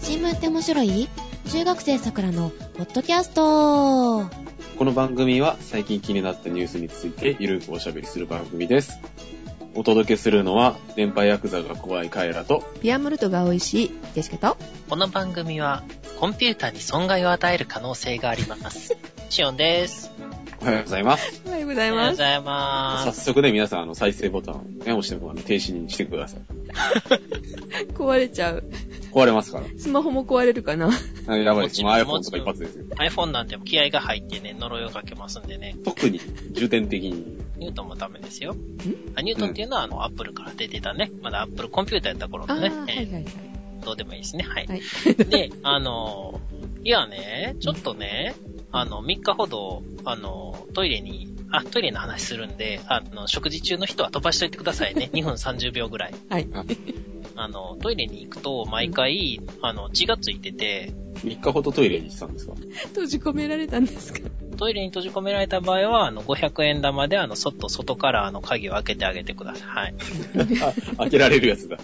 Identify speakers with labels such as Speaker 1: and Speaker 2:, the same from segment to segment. Speaker 1: 新聞って面白い中学生さくらのポッドキャスト
Speaker 2: この番組は最近気になったニュースについてゆるくおしゃべりする番組です。お届けするのは、電波ヤクザが怖いカエラと、
Speaker 3: ビアムルトが美味しい、でしかと。
Speaker 4: この番組は、コンピューターに損害を与える可能性があります。シオンです。
Speaker 2: おはようございます。
Speaker 3: おはようござ
Speaker 4: お
Speaker 3: い
Speaker 4: はよう
Speaker 3: ま
Speaker 4: ご
Speaker 3: す。
Speaker 4: ざい
Speaker 2: 早
Speaker 4: ます。
Speaker 2: 速ね、皆さん、あの、再生ボタンをね、押してもらって停止にしてください。
Speaker 3: 壊れちゃう。
Speaker 2: 壊れますか
Speaker 3: スマホも壊れるかな。
Speaker 2: ら。やばいです。もう
Speaker 4: も
Speaker 2: iPhone
Speaker 4: ち
Speaker 2: とか
Speaker 4: ろ
Speaker 2: 一
Speaker 4: ん
Speaker 2: 発です よ。
Speaker 4: iPhone なんて気合が入ってね、呪いをかけますんでね、
Speaker 2: 特に、重点的に。
Speaker 4: ニュートンもダメですよ。あニュートンっていうのは、あの、Apple から出てたね、まだ Apple コンピューターやった頃
Speaker 3: あ
Speaker 4: の
Speaker 3: ー、
Speaker 4: ね、
Speaker 3: はいはいはい。
Speaker 4: えーどうでもいいですね、はい。
Speaker 3: はい
Speaker 4: で、あの、いやね、ちょっとね、あの、3日ほど、あの、トイレに、あ、トイレの話するんで、あの、食事中の人は飛ばしといてくださいね。2分30秒ぐらい。
Speaker 3: はい。
Speaker 4: あの、トイレに行くと、毎回、あの、血がついてて、
Speaker 2: 3日ほどトイレに行ってたんですか
Speaker 3: 閉じ込められたんですか
Speaker 4: トイレに閉じ込められた場合は、あの、500円玉で、あの、そっと外から、あの、鍵を開けてあげてくださ い。はい。
Speaker 2: あ開けられるやつだ。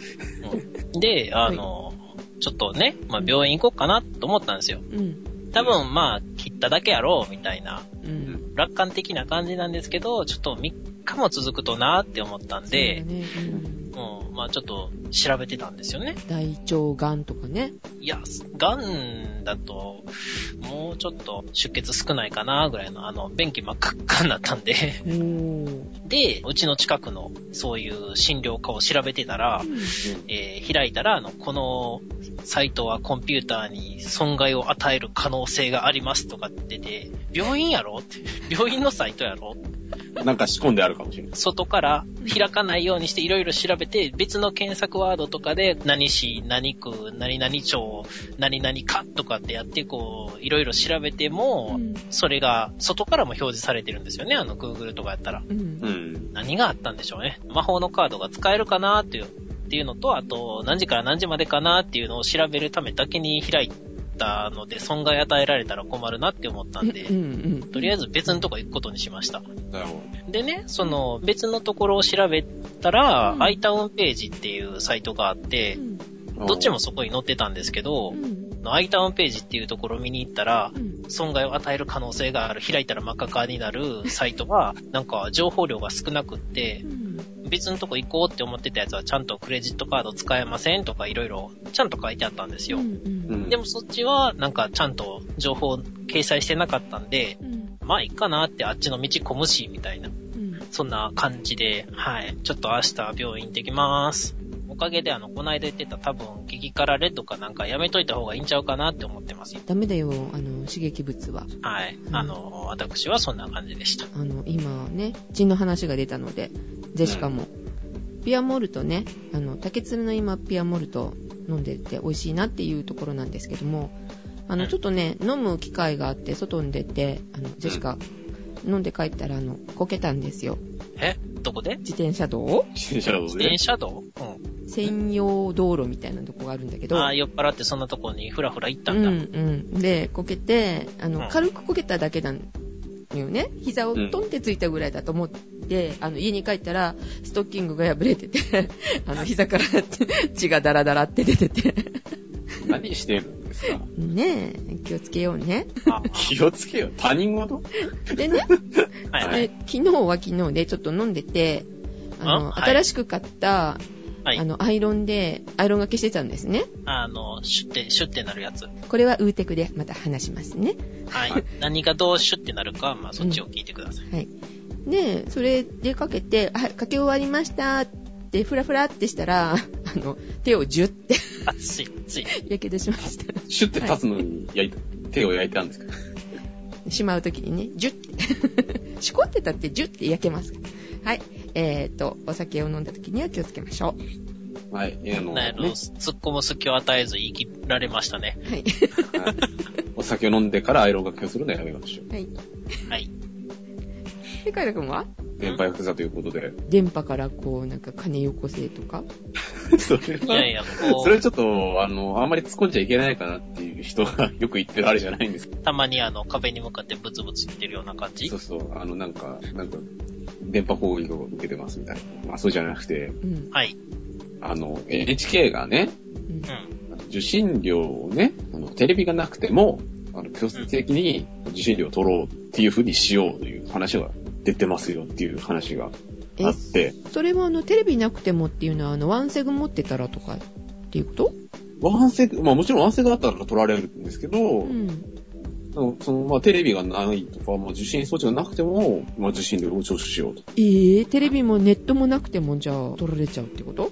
Speaker 4: で、あの、ちょっとね、まあ、病院行こうかなと思ったんですよ。
Speaker 3: うん。
Speaker 4: 多分、まあ、切っただけやろう、みたいな、
Speaker 3: うん。
Speaker 4: 楽観的な感じなんですけど、ちょっと3日も続くとなって思ったんで
Speaker 3: そう、だねうん
Speaker 4: うん、まあ、ちょっと調べてたんですよね。
Speaker 3: 大腸がんとかね。
Speaker 4: いや、ガンだと、もうちょっと出血少ないかな、ぐらいの、あの、便器真っ赤っかになったんで。
Speaker 3: おー。
Speaker 4: で、うちの近くの、そういう診療科を調べてたら、えー開いたら、あの、このサイトはコンピューターに損害を与える可能性がありますとかって出て、病院やろって、病院のサイトやろ
Speaker 2: なんか仕込んであるかもしれない。
Speaker 4: 外から開かないようにしていろいろ調べて、別の検索ワードとかで、何市、何区、何々町、何々かとかってやって、こう、いろいろ調べても、
Speaker 3: うん
Speaker 4: それが外からも表示されてるんですよね、あの Google とかやったら。
Speaker 3: うん
Speaker 2: う。ん。
Speaker 4: 何があったんでしょうね。魔法のカードが使えるかなっていう、っていうのと、あと、何時から何時までかなっていうのを調べるためだけに開いたので、損害与えられたら困るなって思ったんで
Speaker 3: う、ん。
Speaker 4: とりあえず別のとこ行くことにしました。
Speaker 2: なるほ
Speaker 4: でね、その別のところを調べたら、
Speaker 3: うん
Speaker 4: iTown ページっていうサイトがあって、
Speaker 2: ど。
Speaker 4: どっちもそこに載ってたんですけど、iTown ページっていうところを見に行ったら、損害を与える可能性がある、開いたら真っ赤っかになるサイトは、なんか情報量が少なくって、別のとこ行こうって思ってたやつはちゃんとクレジットカード使えませんとかいろいろちゃんと書いてあったんですよ。
Speaker 2: うん
Speaker 4: でもそっちはなんかちゃんと情報掲載してなかったんで、まあいいかなってあっちの道こむしみたいな、そんな感じで、はい、ちょっと明日病院行ってきます。おかげであの、こないだ言ってた多分激辛レッドかなんかやめといた方がいいんちゃうかなって思ってます。
Speaker 3: ダメだよ、あの、刺激物は。
Speaker 4: はい、あの、私はそんな感じでした。
Speaker 3: あの、今ね、血の話が出たので、ゼシカも。ピアモルトね、あの、竹鶴の今、ピアモルト飲んでて美味しいなっていうところなんですけども、あ
Speaker 4: う
Speaker 3: の、
Speaker 4: ん
Speaker 3: ちょっとね、飲む機会があって、外に出て、あの、ゼシカ、飲んで帰ったら、あの、こけたんですよ。
Speaker 4: えどこで
Speaker 3: 自転車道
Speaker 2: 自転車道
Speaker 4: 自
Speaker 2: で
Speaker 4: 転。車道うん。
Speaker 3: 専用道路みたいなとこがあるんだけど、
Speaker 4: ああ、酔っ払ってそんなとこにフラフラ行った
Speaker 3: うんん
Speaker 4: だ。
Speaker 3: うん。で、こけて、あ
Speaker 4: うん
Speaker 3: の、軽くこけただけなんよね。膝をトンってついたぐらいだと思って、あの、家に帰ったら、ストッキングが破れてて、 あの、膝から血がダラダラって出てて。
Speaker 2: 何してるんですか
Speaker 3: ねえ、気をつけようね。
Speaker 4: あ
Speaker 2: 気をつけよ。他人事
Speaker 3: でね、
Speaker 4: はいはい。
Speaker 3: え昨日は昨日でちょっと飲んでて、あ
Speaker 4: あ
Speaker 3: の、
Speaker 4: はい
Speaker 3: 新しく買った、
Speaker 4: はい
Speaker 3: あの、アイロンで、アイロンがけしてたんですね。
Speaker 4: あの、シュッて、シュッてなるやつ。
Speaker 3: これはウーテクでまた話しますね。
Speaker 4: はい。何がどうシュッてなるか、まあそっちを聞いてください。
Speaker 3: はい。で、それでかけて、あ、かけ終わりましたって、ふらふらってしたら、あの、手をジュって、
Speaker 4: 熱い、熱い。
Speaker 3: やけどしました。
Speaker 2: シュッて立つのに焼いた、手を焼いたんですか
Speaker 3: しまうときにね、ジュって。 しこってたってジュって焼けますから。はい。えーと、お酒を飲んだときには気をつけましょ
Speaker 2: はい。あの、
Speaker 4: な
Speaker 2: ね
Speaker 4: る、突っ込む隙を与えず言い切られましたね。
Speaker 3: う。はい。
Speaker 2: はいお酒を飲んでからアイロンがけをするのはやめましょう。
Speaker 3: はい。
Speaker 4: はい。
Speaker 3: で、カイラ君は
Speaker 2: 電波ヤクザということ で。
Speaker 3: 電波からこう、なんか金よこせとか。
Speaker 2: それ
Speaker 4: いやい
Speaker 2: は、
Speaker 4: や、こ
Speaker 2: それはちょっと、あの、あんまり突っ込んじゃいけないかなっていう人がよく言ってるあれじゃないんですけ
Speaker 4: う、たまにあの、壁に向かってブツブツ言ってるような感じ
Speaker 2: ど。そうそう、あの、なんか、なんか、電波攻撃を受けてますみたいな。まあ、そうじゃなくて、
Speaker 3: うん。
Speaker 4: はい。
Speaker 2: あの、NHK がね、
Speaker 3: うん。
Speaker 4: うん。
Speaker 2: 受信料をね、あのテレビがなくても、あの、強制的に受信料を取ろうっていう風にしようという話が出てますよっていう話が
Speaker 3: え
Speaker 2: あって、
Speaker 3: それもあのテレビなくてもっていうのはあのワンセグ持ってたらとかっていうこと
Speaker 2: ワンセグ、まあもちろんワンセグあったら取られるんですけど、
Speaker 3: うん
Speaker 2: あのその、まあテレビがないとか、まあ受信装置がなくても、まあ受信料を徴収しようと。
Speaker 3: えー、テレビもネットもなくてもじゃあ取られちゃうってこと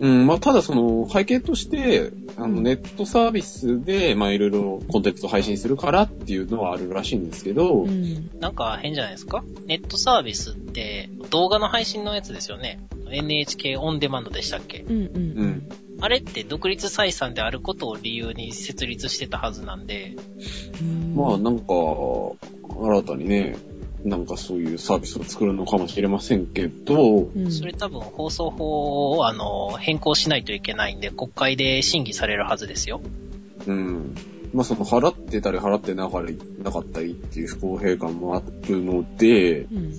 Speaker 2: うん、まあ、ただその、背景として、あ
Speaker 3: うん
Speaker 2: の、ネットサービスで、まあ、いろいろコンテンツを配信するからっていうのはあるらしいんですけど、
Speaker 3: うん
Speaker 4: なんか変じゃないですかネットサービスって動画の配信のやつですよね。NHK オンデマンドでしたっけ
Speaker 3: うんうん
Speaker 2: うん
Speaker 4: あれって独立採算であることを理由に設立してたはずなんで、
Speaker 3: うん
Speaker 2: まあ、なんか、新たにね、なんかそういうサービスを作るのかもしれませんけど、
Speaker 3: うん
Speaker 4: それ多分放送法をあの変更しないといけないんで、国会で審議されるはずですよ。
Speaker 2: うん。まあ、その、払ってたり払ってなかりなかったりっていう不公平感もあるので、
Speaker 3: うん
Speaker 4: うん。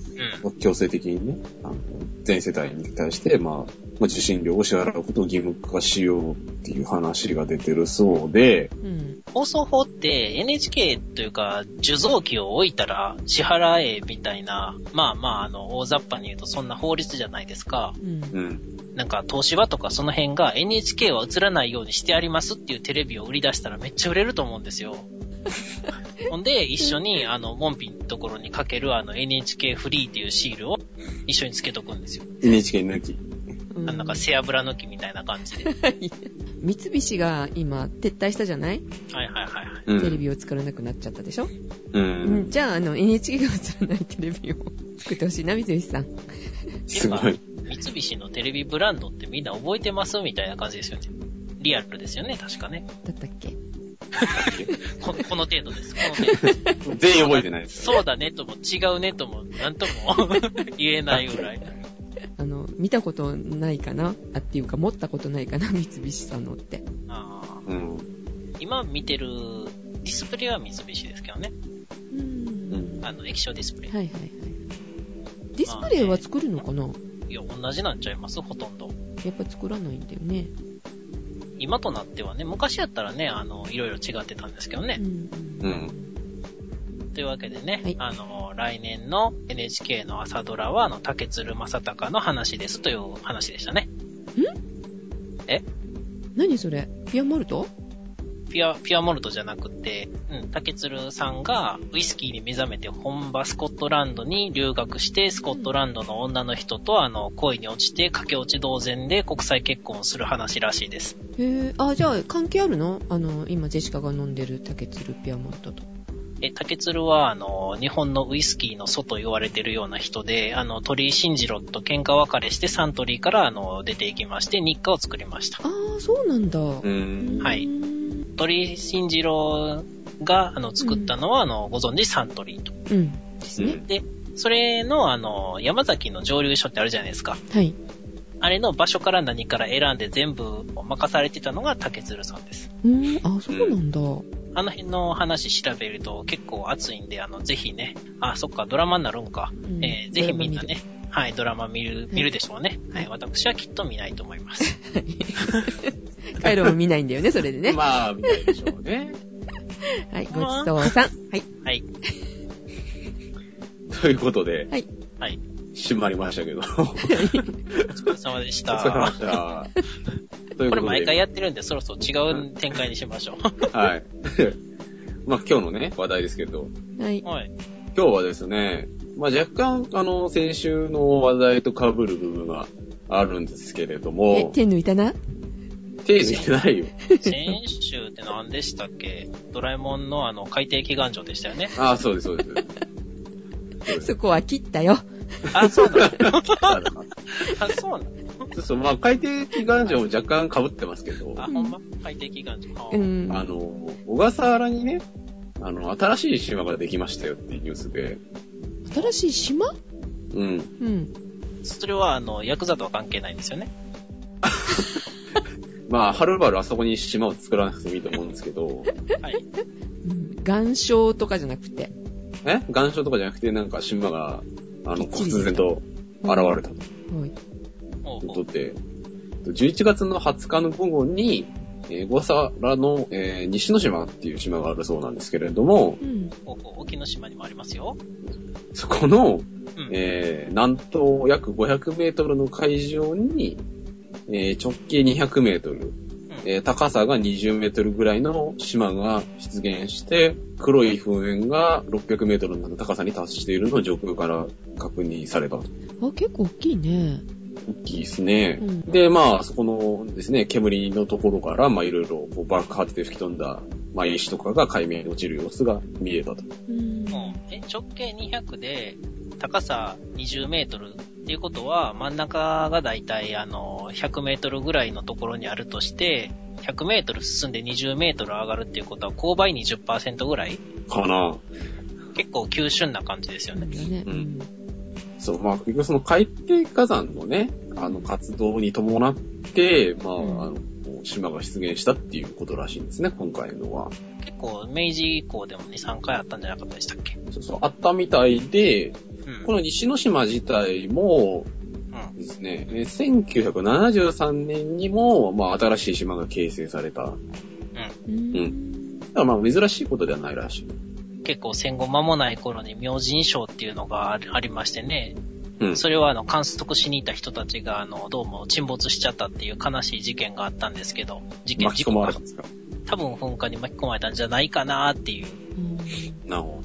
Speaker 2: まあ強制的にね、あの全世帯に対して、まあ、まあ、受信料を支払うことを義務化しようっていう話が出てるそうで、
Speaker 3: うん
Speaker 4: 放送法って NHK というか、受像機を置いたら支払えみたいな、まあまあ、あの、大雑把に言うとそんな法律じゃないですか。
Speaker 3: うん
Speaker 2: うん。
Speaker 4: なんか東芝とかその辺が NHK は映らないようにしてありますっていうテレビを売り出したらめっちゃ売れると思うんですよ。ほんで、一緒にあの、モンピンのところにかけるあの NHK フリーっていうシールを一緒につけとくんですよ。
Speaker 2: NHK 抜き。
Speaker 3: う
Speaker 4: なんか背脂抜きみたいな感じで。はい
Speaker 3: 三菱が今撤退したじゃない、
Speaker 4: はいはいはい。
Speaker 2: うん
Speaker 3: テレビを作らなくなっちゃったでしょ、
Speaker 2: う
Speaker 3: うん
Speaker 2: ん。
Speaker 3: じゃああの NHK が映らないテレビを作ってほしいな三菱さん
Speaker 2: すごい。
Speaker 4: 三菱のテレビブランドってみんな覚えてますみたいな感じですよね。リアルですよね、確かね。
Speaker 3: だったっけ
Speaker 4: ここの程度です。この程度。
Speaker 2: 全員覚えてないです。
Speaker 4: そうだねとも違うねとも、なんとも 言えないぐらい。
Speaker 3: あの見たことないかなあっていうか持ったことないかな三菱さんのって
Speaker 4: あー
Speaker 2: うん。
Speaker 4: 今見てるディスプレイは三菱ですけどね。
Speaker 3: うん
Speaker 4: あの、液晶ディスプレイ
Speaker 3: はいはいはいディスプレイは作るのかな。
Speaker 4: いや、同じなんちゃいますほとんど。
Speaker 3: やっぱ作らないんだよね
Speaker 4: 今となってはね、昔やったらね、あの、いろいろ違ってたんですけどね
Speaker 3: う。
Speaker 2: うんん。
Speaker 4: というわけでね、
Speaker 3: はい
Speaker 4: あの、来年の NHK の朝ドラは、あの、竹鶴正隆の話ですという話でしたね。
Speaker 3: 何それピアモルト
Speaker 4: ピュア、ピュアモルトじゃなくて、うん、竹鶴さんがウイスキーに目覚めて本場スコットランドに留学して、スコットランドの女の人と、あの、恋に落ちて駆け落ち同然で国際結婚をする話らしいです。
Speaker 3: へえあじゃあ関係あるのあの今ジェシカが飲んでる竹鶴ピアモルトと
Speaker 4: え、竹鶴は、あの、日本のウイスキーの祖と言われてるような人で、あの、鳥居慎次郎と喧嘩別れしてサントリーから、あの、出ていきまして、日課を作りました。
Speaker 3: ああそうなんだ、
Speaker 2: うん。
Speaker 4: はいう
Speaker 3: ーん
Speaker 4: 鳥居慎次郎が、あの、作ったのは、あの、ご存知サントリーと。
Speaker 3: うんですね、
Speaker 4: それの、あの、山崎の蒸留所ってあるじゃないですか。
Speaker 3: はい
Speaker 4: あれの場所から何から選んで全部任されてたのが竹鶴さんです。
Speaker 3: うーんあそうなんだ、
Speaker 4: あの辺の話調べると結構熱いんで、あの、ぜひね、あ、そっか、ドラマになるんか。
Speaker 3: うん
Speaker 4: えーぜひみんなね、はい、ドラマ見る、見るでしょうね。
Speaker 3: は
Speaker 4: はいい、私はきっと見ないと思います。
Speaker 3: カイロも見ないんだよね、それでね。
Speaker 2: まあ、みたいでしょうね。
Speaker 3: はい、ごちそうさん。はい。
Speaker 4: はい。
Speaker 2: ということで、
Speaker 4: はい。
Speaker 2: 締まりましたけど。お疲
Speaker 4: お疲れ様 でし
Speaker 2: れ様で
Speaker 4: た。
Speaker 2: した。ということで
Speaker 4: これ毎回やってるんで、そろそろ違う展開にしまし ょ
Speaker 2: はい。 まあ、今日のね、話題ですけど、
Speaker 3: はい。
Speaker 4: う。はい。
Speaker 2: 今日はですね、まあ、若干、あの、先週の話題と被る部分があるんですけれど
Speaker 3: え、
Speaker 2: も、
Speaker 3: 手抜いたな
Speaker 2: 手じゃ ないよ。
Speaker 4: 先週って何でしたっけドラえもんのあの、海底祈願場でしたよね。
Speaker 2: ああ、そうです、そうです。そうです
Speaker 3: そこは切ったよ。
Speaker 4: あ、そうなの
Speaker 2: あの
Speaker 4: あ、そうなの
Speaker 2: そうそう、まあ、海底祈願場も若干被ってますけど、
Speaker 4: あ、
Speaker 2: あ
Speaker 4: ほんま海底祈願場。あー
Speaker 3: うん。
Speaker 2: の、小笠原にね、あの、新しい島ができましたよっていうニュースで、
Speaker 3: 新しい島
Speaker 2: うん。
Speaker 3: うん。
Speaker 4: それは、あの、ヤクザとは関係ないんですよね。
Speaker 2: まあ、はるばるあそこに島を作らなくてもいいと思うんですけど、
Speaker 4: はい。
Speaker 3: うん岩礁とかじゃなくて。
Speaker 2: え岩礁とかじゃなくて、なんか島が、あの、忽然と現れたと
Speaker 3: はい。
Speaker 4: も
Speaker 2: いうこ
Speaker 4: う
Speaker 2: とで、11月の20日の午後に、ええー小笠原の、えー西之島っていう島があるそうなんですけれども、
Speaker 3: うん。
Speaker 4: ここ沖ノ島にもありますよ。
Speaker 2: そこの、
Speaker 4: うん。
Speaker 2: えー南東約500メートルの海上に、えー直径200メートル、えー高さが20メートルぐらいの島が出現して、黒い噴煙が600メートルの高さに達しているのを上空から確認された。大
Speaker 3: あ、結構大きいね。
Speaker 2: きいですね。
Speaker 3: うん
Speaker 2: で、まあ、そこのですね、煙のところから、まあ、いろいろこう爆発で吹き飛んだ、まあ、石とかが海面に落ちる様子が見えたと。
Speaker 3: うん
Speaker 4: うん、え直径200で高さ20メートルっていうことは真ん中がだいたいあの100メートルぐらいのところにあるとして100メートル進んで20メートル上がるっていうことは勾配20%ぐらい
Speaker 2: かな。
Speaker 4: 結構急峻な感じですよね。
Speaker 3: だね。
Speaker 2: う
Speaker 3: うんん。
Speaker 2: そう、まあ、結局その海底火山のね、あの、活動に伴って、まあ、
Speaker 3: うん
Speaker 2: あの、こう島が出現したっていうことらしいんですね、今回のは。
Speaker 4: 結構明治以降でも2、3回あったんじゃなかったでしたっけ
Speaker 2: そうそう、あったみたいで、
Speaker 4: うん。
Speaker 2: この西之島自体も
Speaker 4: うん
Speaker 2: ですね、えー1973年にも、まあ、新しい島が形成された。
Speaker 3: うん。
Speaker 2: だからまあ、珍しいことではないらしい。
Speaker 4: 結構戦後間もない頃に明神賞っていうのがありありましてね、
Speaker 2: うん。
Speaker 4: それはあの観測しに行った人たちがあのどうも沈没しちゃったっていう悲しい事件があったんですけど、事件、
Speaker 2: 巻
Speaker 4: 事
Speaker 2: き込
Speaker 4: 故
Speaker 2: ま
Speaker 4: か
Speaker 2: れたんですか
Speaker 4: 多分噴火に巻き込まれたんじゃないかなっていう。
Speaker 2: なるほ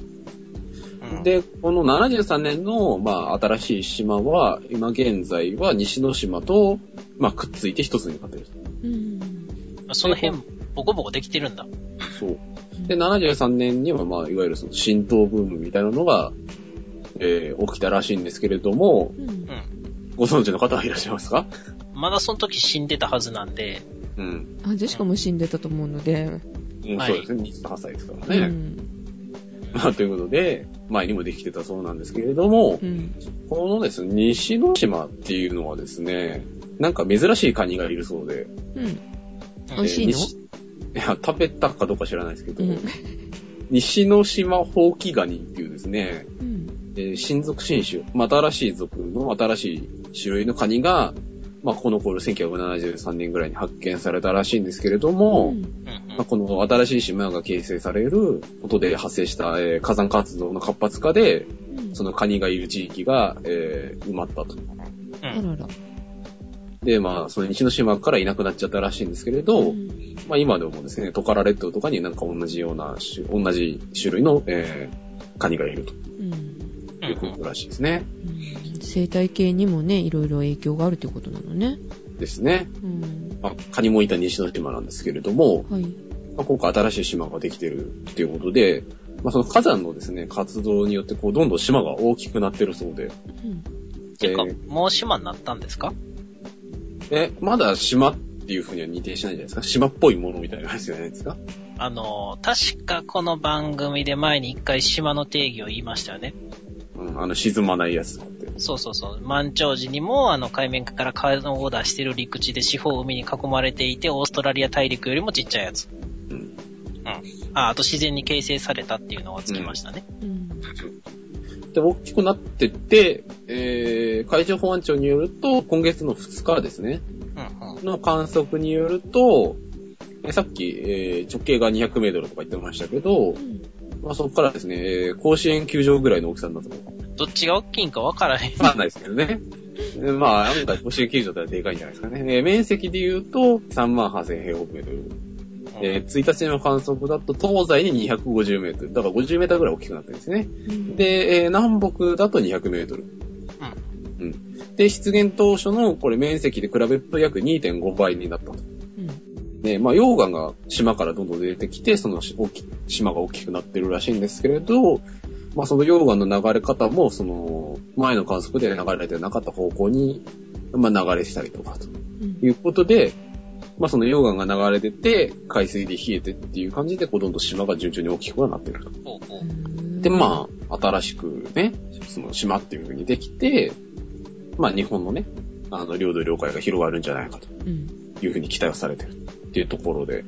Speaker 4: うん
Speaker 2: ど。、で、この73年の、まあ、新しい島は、今現在は西之島と、まあ、くっついて一つになってる。
Speaker 3: うん。
Speaker 4: その辺、ボコボコできてるんだ。
Speaker 2: そう。で、73年には、まあ、いわゆるその浸透ブームみたいなのが、えー、起きたらしいんですけれども、
Speaker 3: うん。
Speaker 4: うん。
Speaker 2: ご存知の方はいらっしゃいますか
Speaker 4: まだその時死んでたはずなんで、
Speaker 2: うん。
Speaker 3: あ、ジェシカも死んでたと思うので。
Speaker 2: うん
Speaker 4: はい
Speaker 2: そうですね。28歳ですから
Speaker 3: う
Speaker 2: ね。
Speaker 3: ん。
Speaker 2: まあ、ということで、前にもできてたそうなんですけれども
Speaker 3: う、ん。
Speaker 2: このですね、西之島っていうのはですね、なんか珍しいカニがいるそうで、
Speaker 3: うん。美
Speaker 2: え
Speaker 3: 味
Speaker 2: ー
Speaker 3: しいの
Speaker 2: 西いや、食べたかどうか知らないですけど、
Speaker 3: うん。
Speaker 2: 西之島ホウキガニっていうですね、
Speaker 3: うん。
Speaker 2: えー新属新種、まあ、新しい属の新しい種類のカニが、まあ、この頃1973年ぐらいに発見されたらしいんですけれども、
Speaker 4: うん
Speaker 2: まあ、この新しい島が形成されることで発生した、えー火山活動の活発化で、
Speaker 3: うん。
Speaker 2: そのカニがいる地域が、えー埋まったと。
Speaker 4: うん。う
Speaker 3: あ
Speaker 4: ん。
Speaker 3: らら。
Speaker 2: で、まあ、その西之島からいなくなっちゃったらしいんですけれど、
Speaker 3: ん。
Speaker 2: まあ、今でもですね、トカラ列島とかになんか同じような種、同じ種類の、えーカニがいると
Speaker 3: うん。
Speaker 4: う
Speaker 2: いうこ
Speaker 4: ん
Speaker 2: とらしいですね。
Speaker 3: 生態系にもね、いろいろ影響があるということなのね。
Speaker 2: ですね。
Speaker 3: うん。
Speaker 2: まあ、カニもいた西之島なんですけれども、
Speaker 3: はい。
Speaker 2: まあ、今回新しい島ができてるっていうことで、まあ、その火山のですね、活動によって、こう、どんどん島が大きくなってるそうで、
Speaker 3: うん。
Speaker 4: ていうか
Speaker 2: え、
Speaker 4: もう島になったんですか
Speaker 2: え、まだ島っていうふうには認定しないじゃないですか島っぽいものみたいな話じゃないですか
Speaker 4: あの、確かこの番組で前に一回島の定義を言いましたよね。
Speaker 2: うん、あの、沈まないやつって。
Speaker 4: そうそうそう。満潮時にも、あの、海面から海のを出してる陸地で四方海に囲まれていて、オーストラリア大陸よりもちっちゃいやつ。
Speaker 2: うん。
Speaker 4: あ、あと自然に形成されたっていうのがつきましたね。
Speaker 3: うん。
Speaker 2: で、大きくなってって、えー、海上保安庁によると、今月の2日ですね、
Speaker 4: うん、うん、
Speaker 2: の観測によると、えさっき、えー直径が200メートルとか言ってましたけど、まあ、そこからですね、えー甲子園球場ぐらいの大きさになったのか。
Speaker 4: どっちが大きいんかわからへん。
Speaker 2: わかんないですけどね。えまあ、案外甲子園球場ってのはでかいんじゃないですかね。えー面積で言うと、3万8000平方メートル。えー1日の観測だと、東西に250メートル。だから50メートルぐらい大きくなってるんですね。
Speaker 3: うん、
Speaker 2: で、えー南北だと200メートル。うん。で、出現当初の、これ面積で比べると約2.5倍になったと。
Speaker 3: うん。
Speaker 2: ね、まあ、溶岩が島からどんどん出てきて、その大き島が大きくなってるらしいんですけれど、まあ、その溶岩の流れ方も、その、前の観測で流れてなかった方向に、まあ、流れしたりとか、と
Speaker 3: うん
Speaker 2: いうことで、まあ、その溶岩が流れてて、海水で冷えてっていう感じで、こう、どんどん島が順調に大きくはなってると。
Speaker 4: ほうほう
Speaker 2: で、まあ、新しくね、その島っていう風にできて、まあ、日本のね、あの、領土領海が広がるんじゃないかと。
Speaker 3: あ、うん。
Speaker 2: いうふうに期待をされてるっていうところで、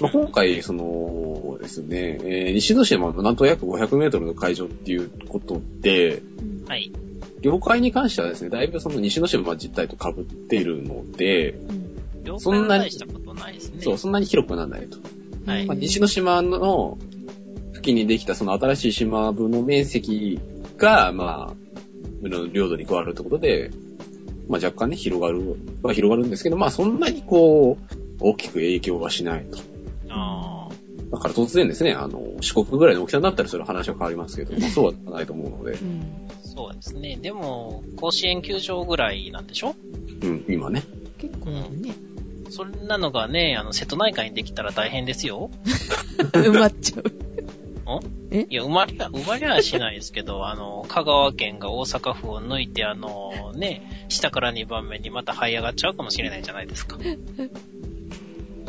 Speaker 2: まあ、今回、そのですね、えー西之島の南東約500メートルの海上っていうことで、
Speaker 3: うん
Speaker 4: はい。
Speaker 2: 領海に関してはですね、だいぶその西之島実態と被っているので、
Speaker 3: うん
Speaker 4: 了
Speaker 2: そ
Speaker 4: 解
Speaker 2: ん
Speaker 4: は
Speaker 2: なに
Speaker 4: 大したことないですね。
Speaker 2: そう、そんなに広くはならないと。
Speaker 4: はい
Speaker 2: まあ、西の島の付近にできたその新しい島分の面積が、まあ、の領土に加わるってことで、まあ若干ね、広がる、は広がるんですけど、まあそんなにこう、大きく影響はしないと。
Speaker 4: あ
Speaker 2: だから突然ですね、あの、四国ぐらいの大きさになったらそれ話は変わりますけ ど、まあそうはないと思うので
Speaker 3: う、ん
Speaker 4: あ、そうですね。でも、甲子園球場ぐらいなんでしょ
Speaker 2: うん、今ね。
Speaker 3: 結構だね。
Speaker 4: そんなのがね、あの、瀬戸内海にできたら大変ですよ。
Speaker 3: 埋まっちゃう。
Speaker 4: いや、生まれは、生まれはしないですけど、あの、香川県が大阪府を抜いて、あの、ね、下から2番目にまた這い上がっちゃうかもしれないじゃないですか。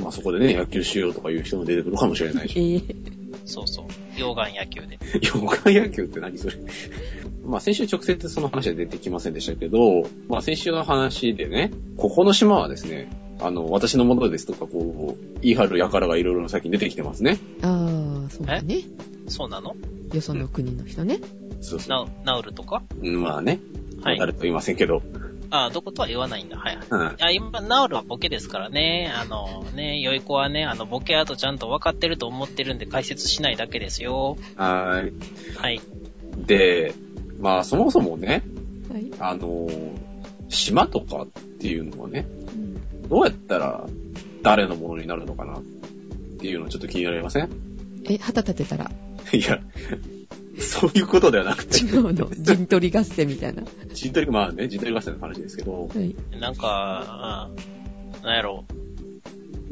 Speaker 2: まあそこでね、野球しようとかいう人も出てくるかもしれない し。
Speaker 3: ええ
Speaker 4: そうそう。溶岩野球で。
Speaker 2: 洋館野球って何それ まあ先週直接その話は出てきませんでしたけど、まあ先週の話でね、ここの島はですね、あの、私のものですとか、こう、言い張る輩がいろいろの先に出てきてますね。
Speaker 3: ああ、そうだね。
Speaker 4: そうなの
Speaker 3: よその国の人ね。
Speaker 2: そうそう。
Speaker 4: ナウナウルとか
Speaker 2: うんまあね、ま
Speaker 4: は
Speaker 2: あ
Speaker 4: い。
Speaker 2: 誰と言いませんけど。
Speaker 4: あ、どことは言わないんだ。はい。
Speaker 2: うん
Speaker 4: あ今、ナウルはボケですからね。あのね、良い子はね、あの、ボケアートちゃんと分かってると思ってるんで解説しないだけですよ。
Speaker 2: はーい。
Speaker 4: はい。
Speaker 2: で、まあそもそもね、
Speaker 3: はい。
Speaker 2: あのー島とかっていうのはね、
Speaker 3: うん
Speaker 2: どうやったら誰のものになるのかなっていうのはちょっと気になりません
Speaker 3: え、旗立てたら
Speaker 2: いや、そういうことではなくて
Speaker 3: 違、う の。陣取り合戦みたいな。は
Speaker 2: 陣取り、まあね、陣取り合戦の話ですけど、
Speaker 3: い。
Speaker 4: なんか、あなんやろ。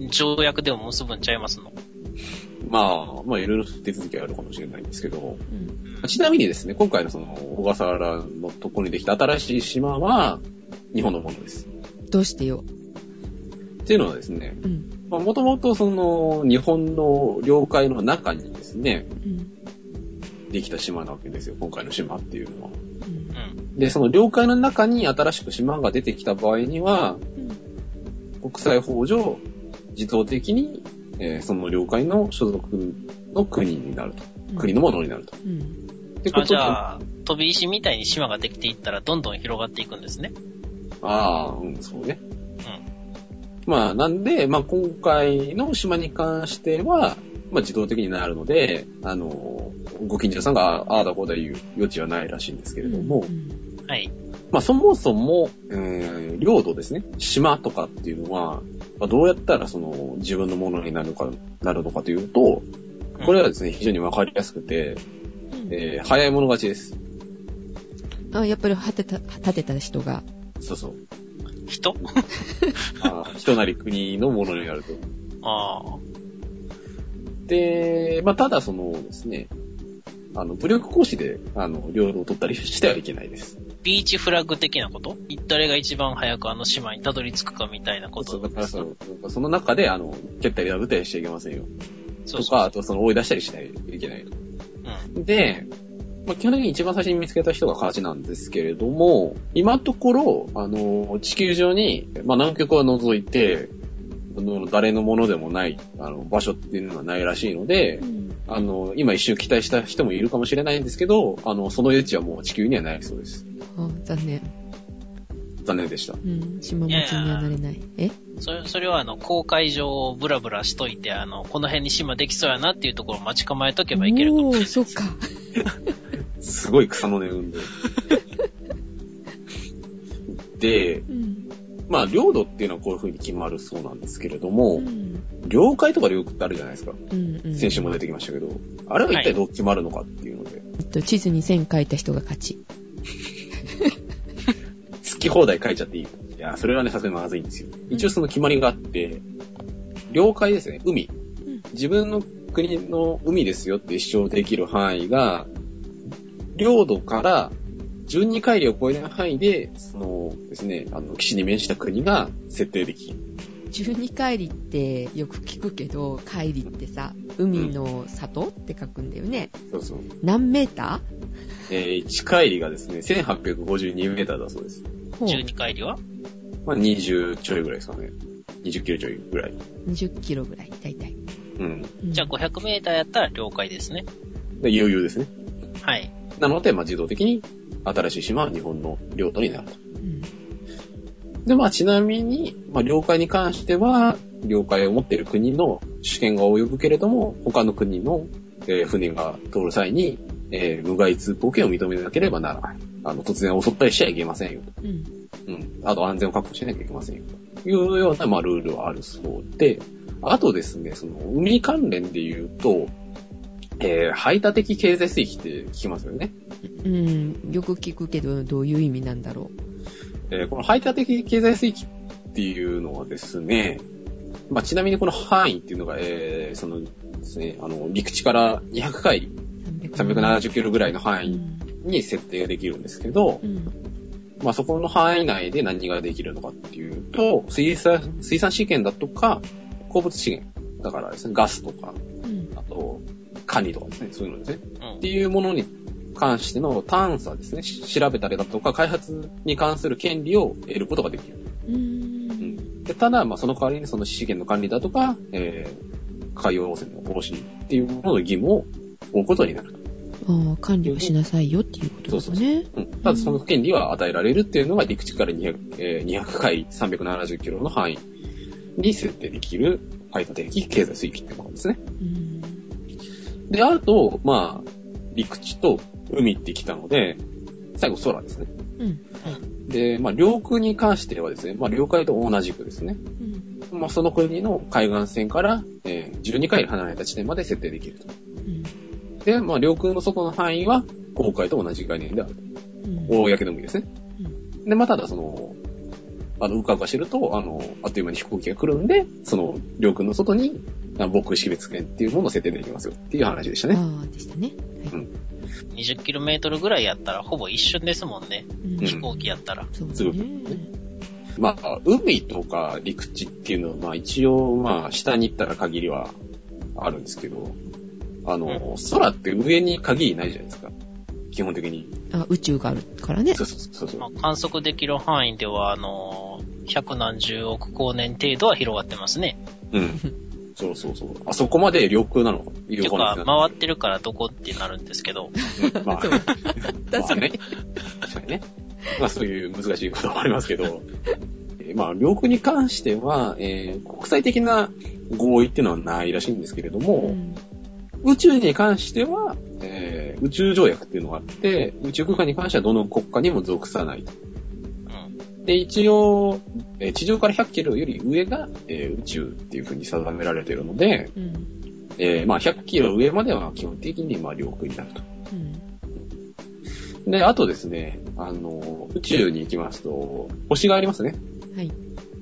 Speaker 4: 条約でも結ぶんちゃいますの。
Speaker 2: まあ、まあいろいろ手続きはあるかもしれないんですけど、
Speaker 3: うん
Speaker 2: ちなみにですね、今回のその、小笠原のところにできた新しい島は、日本のものです。
Speaker 3: どうしてよ。
Speaker 2: っていうのはですね、
Speaker 3: うん。
Speaker 2: まあもともとその、日本の領海の中にですね、
Speaker 3: うん。
Speaker 2: できた島なわけですよ、今回の島っていうのは。
Speaker 3: う。
Speaker 4: うんん。
Speaker 2: で、その領海の中に新しく島が出てきた場合には、国際法上、自動的に、えーその領海の所属の国になると。
Speaker 3: うん
Speaker 2: 国のものになると。
Speaker 3: うん。
Speaker 2: ってこと
Speaker 4: あ、
Speaker 2: で
Speaker 4: じゃあ、飛び石みたいに島ができていったらどんどん広がっていくんですね。
Speaker 2: ああ、うん、そうね。
Speaker 4: うん。
Speaker 2: まあ、なんで、まあ、今回の島に関しては、まあ、自動的になるので、あの、ご近所さんが、ああだこうだ言う余地はないらしいんですけれども、
Speaker 3: うん
Speaker 4: はい。
Speaker 2: まあ、そもそも、うーん領土ですね、島とかっていうのは、まあ、どうやったらその、自分のものになるのか、なるのかというと、これはですね、非常にわかりやすくて、えー早い者勝ちです。
Speaker 3: あ、やっぱり立てた、立てた人が。
Speaker 2: そうそう。
Speaker 4: 人
Speaker 2: あー人なり国のものになると。
Speaker 4: ああ。
Speaker 2: で、まあ、ただそのですね、あの、武力行使で、あの、領土を取ったりしてはいけないです。
Speaker 4: ビーチフラッグ的なこと誰が一番早くあの島にたどり着くかみたいなこ
Speaker 2: そ
Speaker 4: と
Speaker 2: うだからその、その中で、あの、蹴ったり破ったりしちゃいけませんよ。
Speaker 4: そ
Speaker 2: と
Speaker 4: うそう。
Speaker 2: か、あとその追い出したりしないといけない。
Speaker 4: うん。
Speaker 2: で、まあ、基本的に一番最初に見つけた人が勝ちなんですけれども、今のところ、あの、地球上に、まあ、南極は除いて、あの誰のものでもない、あの、場所っていうのはないらしいので、あの、今一瞬期待した人もいるかもしれないんですけど、あの、その余地はもう地球にはないそうです。
Speaker 3: あ、残念。
Speaker 2: 残念でした。
Speaker 3: うん。島町にはなれない。え
Speaker 4: それ、それはあの、公海上をブラブラしといて、あの、この辺に島できそうやなっていうところを待ち構えとけばいけるか
Speaker 3: お
Speaker 4: もし
Speaker 3: ー、
Speaker 4: れない。
Speaker 3: そっか。
Speaker 2: すごい草の根 運動。で、
Speaker 3: うん。
Speaker 2: まあ、領土っていうのはこういう風に決まるそうなんですけれども、
Speaker 3: うん。
Speaker 2: 領海とか領空ってあるじゃないですか。
Speaker 3: うん。うん
Speaker 2: 先週も出てきましたけど、あれは一体どう決まるのかっていうので、
Speaker 3: えっと、地図に線書いた人が勝ち。
Speaker 2: 好き放題書いちゃっていい。いや、それはね、さすがにまずいんですよ。一応その決まりがあって、領海ですね、海
Speaker 3: ん。
Speaker 2: 自分の国の海ですよって主張できる範囲が、領土から12海里を超えない範囲で、そのですね、あの、基地に面した国が設定できる。
Speaker 3: 12海里ってよく聞くけど、海里ってさ、海の里って書くんだよね。
Speaker 2: そうそう。
Speaker 3: 何メータ
Speaker 2: えー、1海里がですね、1852メーターだそうです。
Speaker 3: ーほう
Speaker 4: 12回りは
Speaker 2: まあ、20ちょいぐらいですかね。20キロちょいぐらい。
Speaker 3: 20キロぐらい、だいたい。
Speaker 2: うん。
Speaker 3: うん
Speaker 4: じゃあ500メーターやったら了解ですね。
Speaker 2: で余裕ですね。
Speaker 4: はい。
Speaker 2: なので、まあ、自動的に新しい島は日本の領土になる
Speaker 3: うん。
Speaker 2: と。で、まあ、ちなみに、まあ、領海に関しては、領海を持っている国の主権が及ぶけれども、他の国の、えー船が通る際に、えー無害通行権を認めなければならない。あの、突然襲ったりしちゃいけませんよ。
Speaker 3: うん。
Speaker 2: うん。あと安全を確保しなきゃいけませんよ。というような、まあ、ルールはあるそうで、あとですね、その、海関連で言うと、えー排他的経済水域って聞きますよね。
Speaker 3: うん。よく聞くけど、どういう意味なんだろ
Speaker 2: えーこの排他的経済水域っていうのはですね、まあ、ちなみにこの範囲っていうのが、えーそのですね、あの、陸地から200回、
Speaker 3: う。370
Speaker 2: 370キロぐらいの範囲に設定できるんですけど、
Speaker 3: うん。
Speaker 2: まあ、そこの範囲内で何ができるのかっていうと、水産、水産資源だとか、鉱物資源。だからですね、ガスとか、
Speaker 3: うん。
Speaker 2: あと、カニとかですね、そういうのですね。
Speaker 4: うん
Speaker 2: っていうものに関しての探査ですね、し調べたりだとか、開発に関する権利を得ることができる。
Speaker 3: うん。
Speaker 2: でただ、まあ、その代わりにその資源の管理だとか、えー、海洋汚染の防止っていうものの義務を負うことになると。
Speaker 3: ああ、管理をしなさいよっていうことですかね。
Speaker 2: うん、ただ、その権利は与えられるっていうのが陸地から200、えー200回370キロの範囲に設定できる排他的経済水域ってものですね。
Speaker 3: うん。
Speaker 2: で、あと、まあ、陸地と海ってきたので、最後空ですね。
Speaker 3: うん。
Speaker 2: で、まあ、領空に関してはですね、まあ、領海と同じくですね、
Speaker 3: うん。
Speaker 2: まあ、その国の海岸線から、えー12回離れた地点まで設定できると。で、まあ、領空の外の範囲は、公海と同じ概念である。
Speaker 3: うん。
Speaker 2: 公の海ですね。で、まあ、ただ、その、あの、うかうかしてると、あの、あっという間に飛行機が来るんで、その、領空の外に、あ防空識別圏っていうものを設定できますよっていう話でしたね。
Speaker 3: ああ、でしたね。はい。
Speaker 4: 20km ぐらいやったらほぼ一瞬ですもんね。
Speaker 3: うん
Speaker 4: 飛行機やったら。
Speaker 3: そう
Speaker 2: すご
Speaker 3: だ
Speaker 2: く
Speaker 3: ね。
Speaker 2: まあ、海とか陸地っていうのは、まあ、一応、まあ、下に行ったら限りはあるんですけど、あの、空って上に限りないじゃないですか。基本的に。
Speaker 3: あ、宇宙があるからね。
Speaker 2: そうそうそうそう
Speaker 4: ま。あ、観測できる範囲では、あのー、百何十億光年程度は広がってますね。
Speaker 2: うん。そうそうそう。あそこまで領空なの
Speaker 4: てい
Speaker 2: 領
Speaker 4: う
Speaker 2: 空な
Speaker 4: か、
Speaker 2: の
Speaker 4: 回ってるからどこってなるんですけど。
Speaker 2: うんまあ、
Speaker 3: そう
Speaker 2: ま
Speaker 3: だ
Speaker 2: あね。確かにね。まあそういう難しいこともありますけど、えーまあ領空に関しては、えー国際的な合意っていうのはないらしいんですけれども、
Speaker 3: うん
Speaker 2: 宇宙に関しては、えー宇宙条約っていうのがあって、宇宙空間に関してはどの国家にも属さないと。
Speaker 4: うん。
Speaker 2: で、一応、えー地上から100キロより上が、えー宇宙っていう風に定められているので、
Speaker 3: うん。
Speaker 2: えーまあ100キロ上までは基本的にまあ領空になると。
Speaker 3: うん。
Speaker 2: で、あとですね、あの、宇宙に行きますと、星がありますね。
Speaker 3: はい。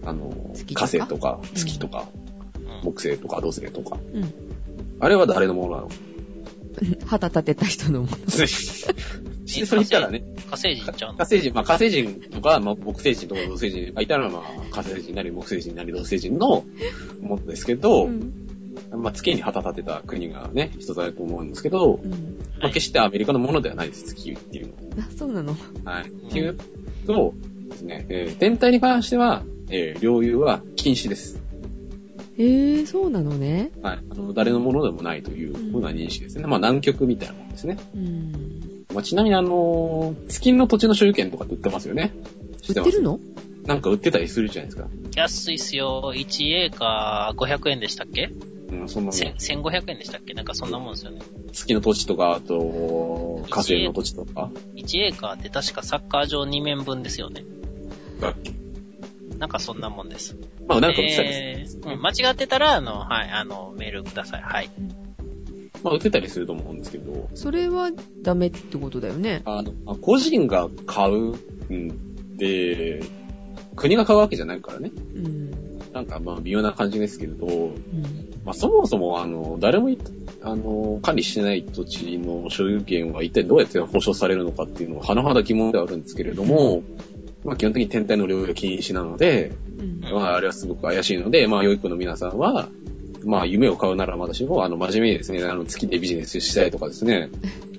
Speaker 2: あの
Speaker 3: 月、と
Speaker 2: 火
Speaker 3: か
Speaker 2: 星とか
Speaker 3: ん
Speaker 2: 月とか、
Speaker 4: うん。
Speaker 2: 木星とか土星とか。
Speaker 3: うん。
Speaker 2: あれは誰のものなの
Speaker 3: 旗立てた人のもの。
Speaker 2: でそれ言ったらね、
Speaker 4: 火星人ちゃう
Speaker 2: 火
Speaker 4: の
Speaker 2: 星人、まあ火星人とか、まあ木星人とか土星人がいたら、まあ火星人なり木星人なり土星人のものですけど、
Speaker 3: ん。
Speaker 2: まあ月に旗立てた国がね、一つあると思うんですけど、
Speaker 3: うん。
Speaker 2: まあ決してアメリカのものではないです、月っていうのは。
Speaker 3: あ、そうなの。
Speaker 2: はい。っていうと、ですね、えー天体に関しては、えー領有は禁止です。
Speaker 3: えー、そうなのね。
Speaker 2: はい。あの、誰のものでもないというふうな認識ですね。まあ、南極みたいなもんですね。
Speaker 3: うん。
Speaker 2: まあ、ちなみにあのー月の土地の所有権とかって売ってますよね。知
Speaker 3: 売
Speaker 2: ま
Speaker 3: っ
Speaker 2: す
Speaker 3: てるの
Speaker 2: なんか売ってたりするじゃないですか。
Speaker 4: 安いっすよ。1エーカー500円でしたっけ
Speaker 2: うん、そんなも
Speaker 4: 千
Speaker 2: ん。
Speaker 4: 1500円でしたっけなんかそんなもんですよね。
Speaker 2: 月の土地とか、あと、火星の土地とか。
Speaker 4: 1エーカーって確かサッカー場2面分ですよね。
Speaker 2: だっけ
Speaker 4: なんかそんなもんです。
Speaker 2: まあ、なんか売ってたりする。
Speaker 4: えーうん間違ってたら、あの、はい、あの、メールください。はい。
Speaker 2: まあ、売ってたりすると思うんですけど、
Speaker 3: それはダメってことだよね。
Speaker 2: あの、まあ個人が買うんで、国が買うわけじゃないからね。
Speaker 3: うん。
Speaker 2: なんかまあ微妙な感じですけれど、
Speaker 3: うん。
Speaker 2: まあ、そもそも、あの、誰もい、あの、管理してない土地の所有権は一体どうやって保障されるのかっていうのは、甚だ疑問ではあるんですけれども、まあ、基本的に天体の領有は禁止なので、
Speaker 3: うん。
Speaker 2: まあ、あれはすごく怪しいので、まあ、良い子の皆さんは、まあ、夢を買うならまだしも、あの、真面目にですね、あの、月でビジネスしたいとかですね、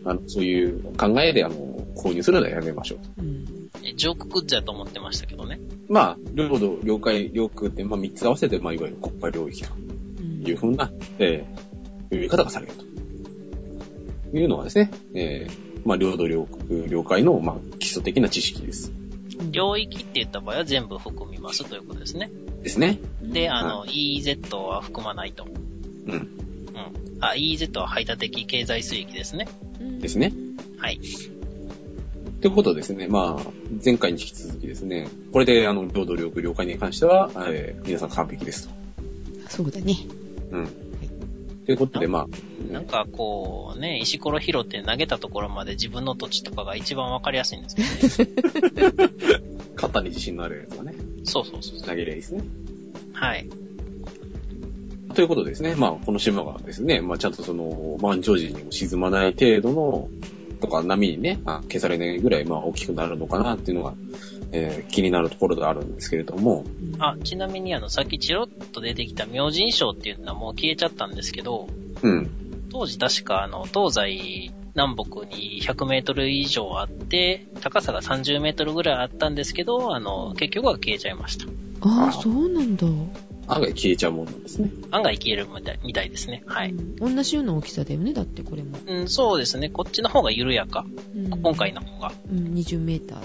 Speaker 2: あの、そういう考えで、あの、購入するのはやめましょ
Speaker 3: う
Speaker 2: う。
Speaker 3: ん。
Speaker 4: えジョーククッズやと思ってましたけどね。
Speaker 2: まあ、領土、領海、領空って、まあ、3つ合わせて、まあ、いわゆる国家領域と
Speaker 3: うん
Speaker 2: いうふうな、えー、呼び方がされると。いうのがですね、えー、まあ、領土領空、領海の、まあ、基礎的な知識です。
Speaker 4: 領域って言った場合は全部含みますということですね。
Speaker 2: ですね。
Speaker 4: で、あの、EEZ は含まないと。
Speaker 2: うん。
Speaker 4: うん。あ、EEZ は排他的経済水域ですね。
Speaker 2: ですね。
Speaker 4: はい。
Speaker 2: ってことですね。まあ、前回に引き続きですね。これで、あの、領土領空領海に関しては、えー皆さん完璧ですと。
Speaker 3: そうだね。
Speaker 2: うん。ということで、まあ、
Speaker 4: なんかこう、ね、石ころ拾って投げたところまで自分の土地とかが一番わかりやすいんですけど、ね、
Speaker 2: 肩に自信のあるやつがね、
Speaker 4: そうそうそうそ
Speaker 2: 投げりゃいいですね。
Speaker 4: う。はい。
Speaker 2: ということでですね、まあ、この島がですね、まあ、ちゃんとその、満潮時にも沈まない程度の、とか、波にね、あ消されないぐらい、まあ、大きくなるのかなっていうのが、えー気になるところであるんですけれども、
Speaker 4: あ、ちなみにあの、さっきチロッと出てきた明神賞っていうのはもう消えちゃったんですけど、
Speaker 2: うん、
Speaker 4: 当時確かあの、東西、南北に100メートル以上あって、高さが30メートルぐらいあったんですけど、あの、結局は消えちゃいました。
Speaker 3: ああ、
Speaker 2: あ
Speaker 3: そうなんだ。
Speaker 2: 案外消えちゃうもんなんですね。
Speaker 4: 案外消えるみたいみたいですね。は
Speaker 3: う
Speaker 4: い。
Speaker 3: ん。同じような大きさだよね、だってこれも。
Speaker 4: うん、そうですね。こっちの方が緩やか。
Speaker 3: うん
Speaker 4: 今回の。方が。
Speaker 3: うん、20メーター。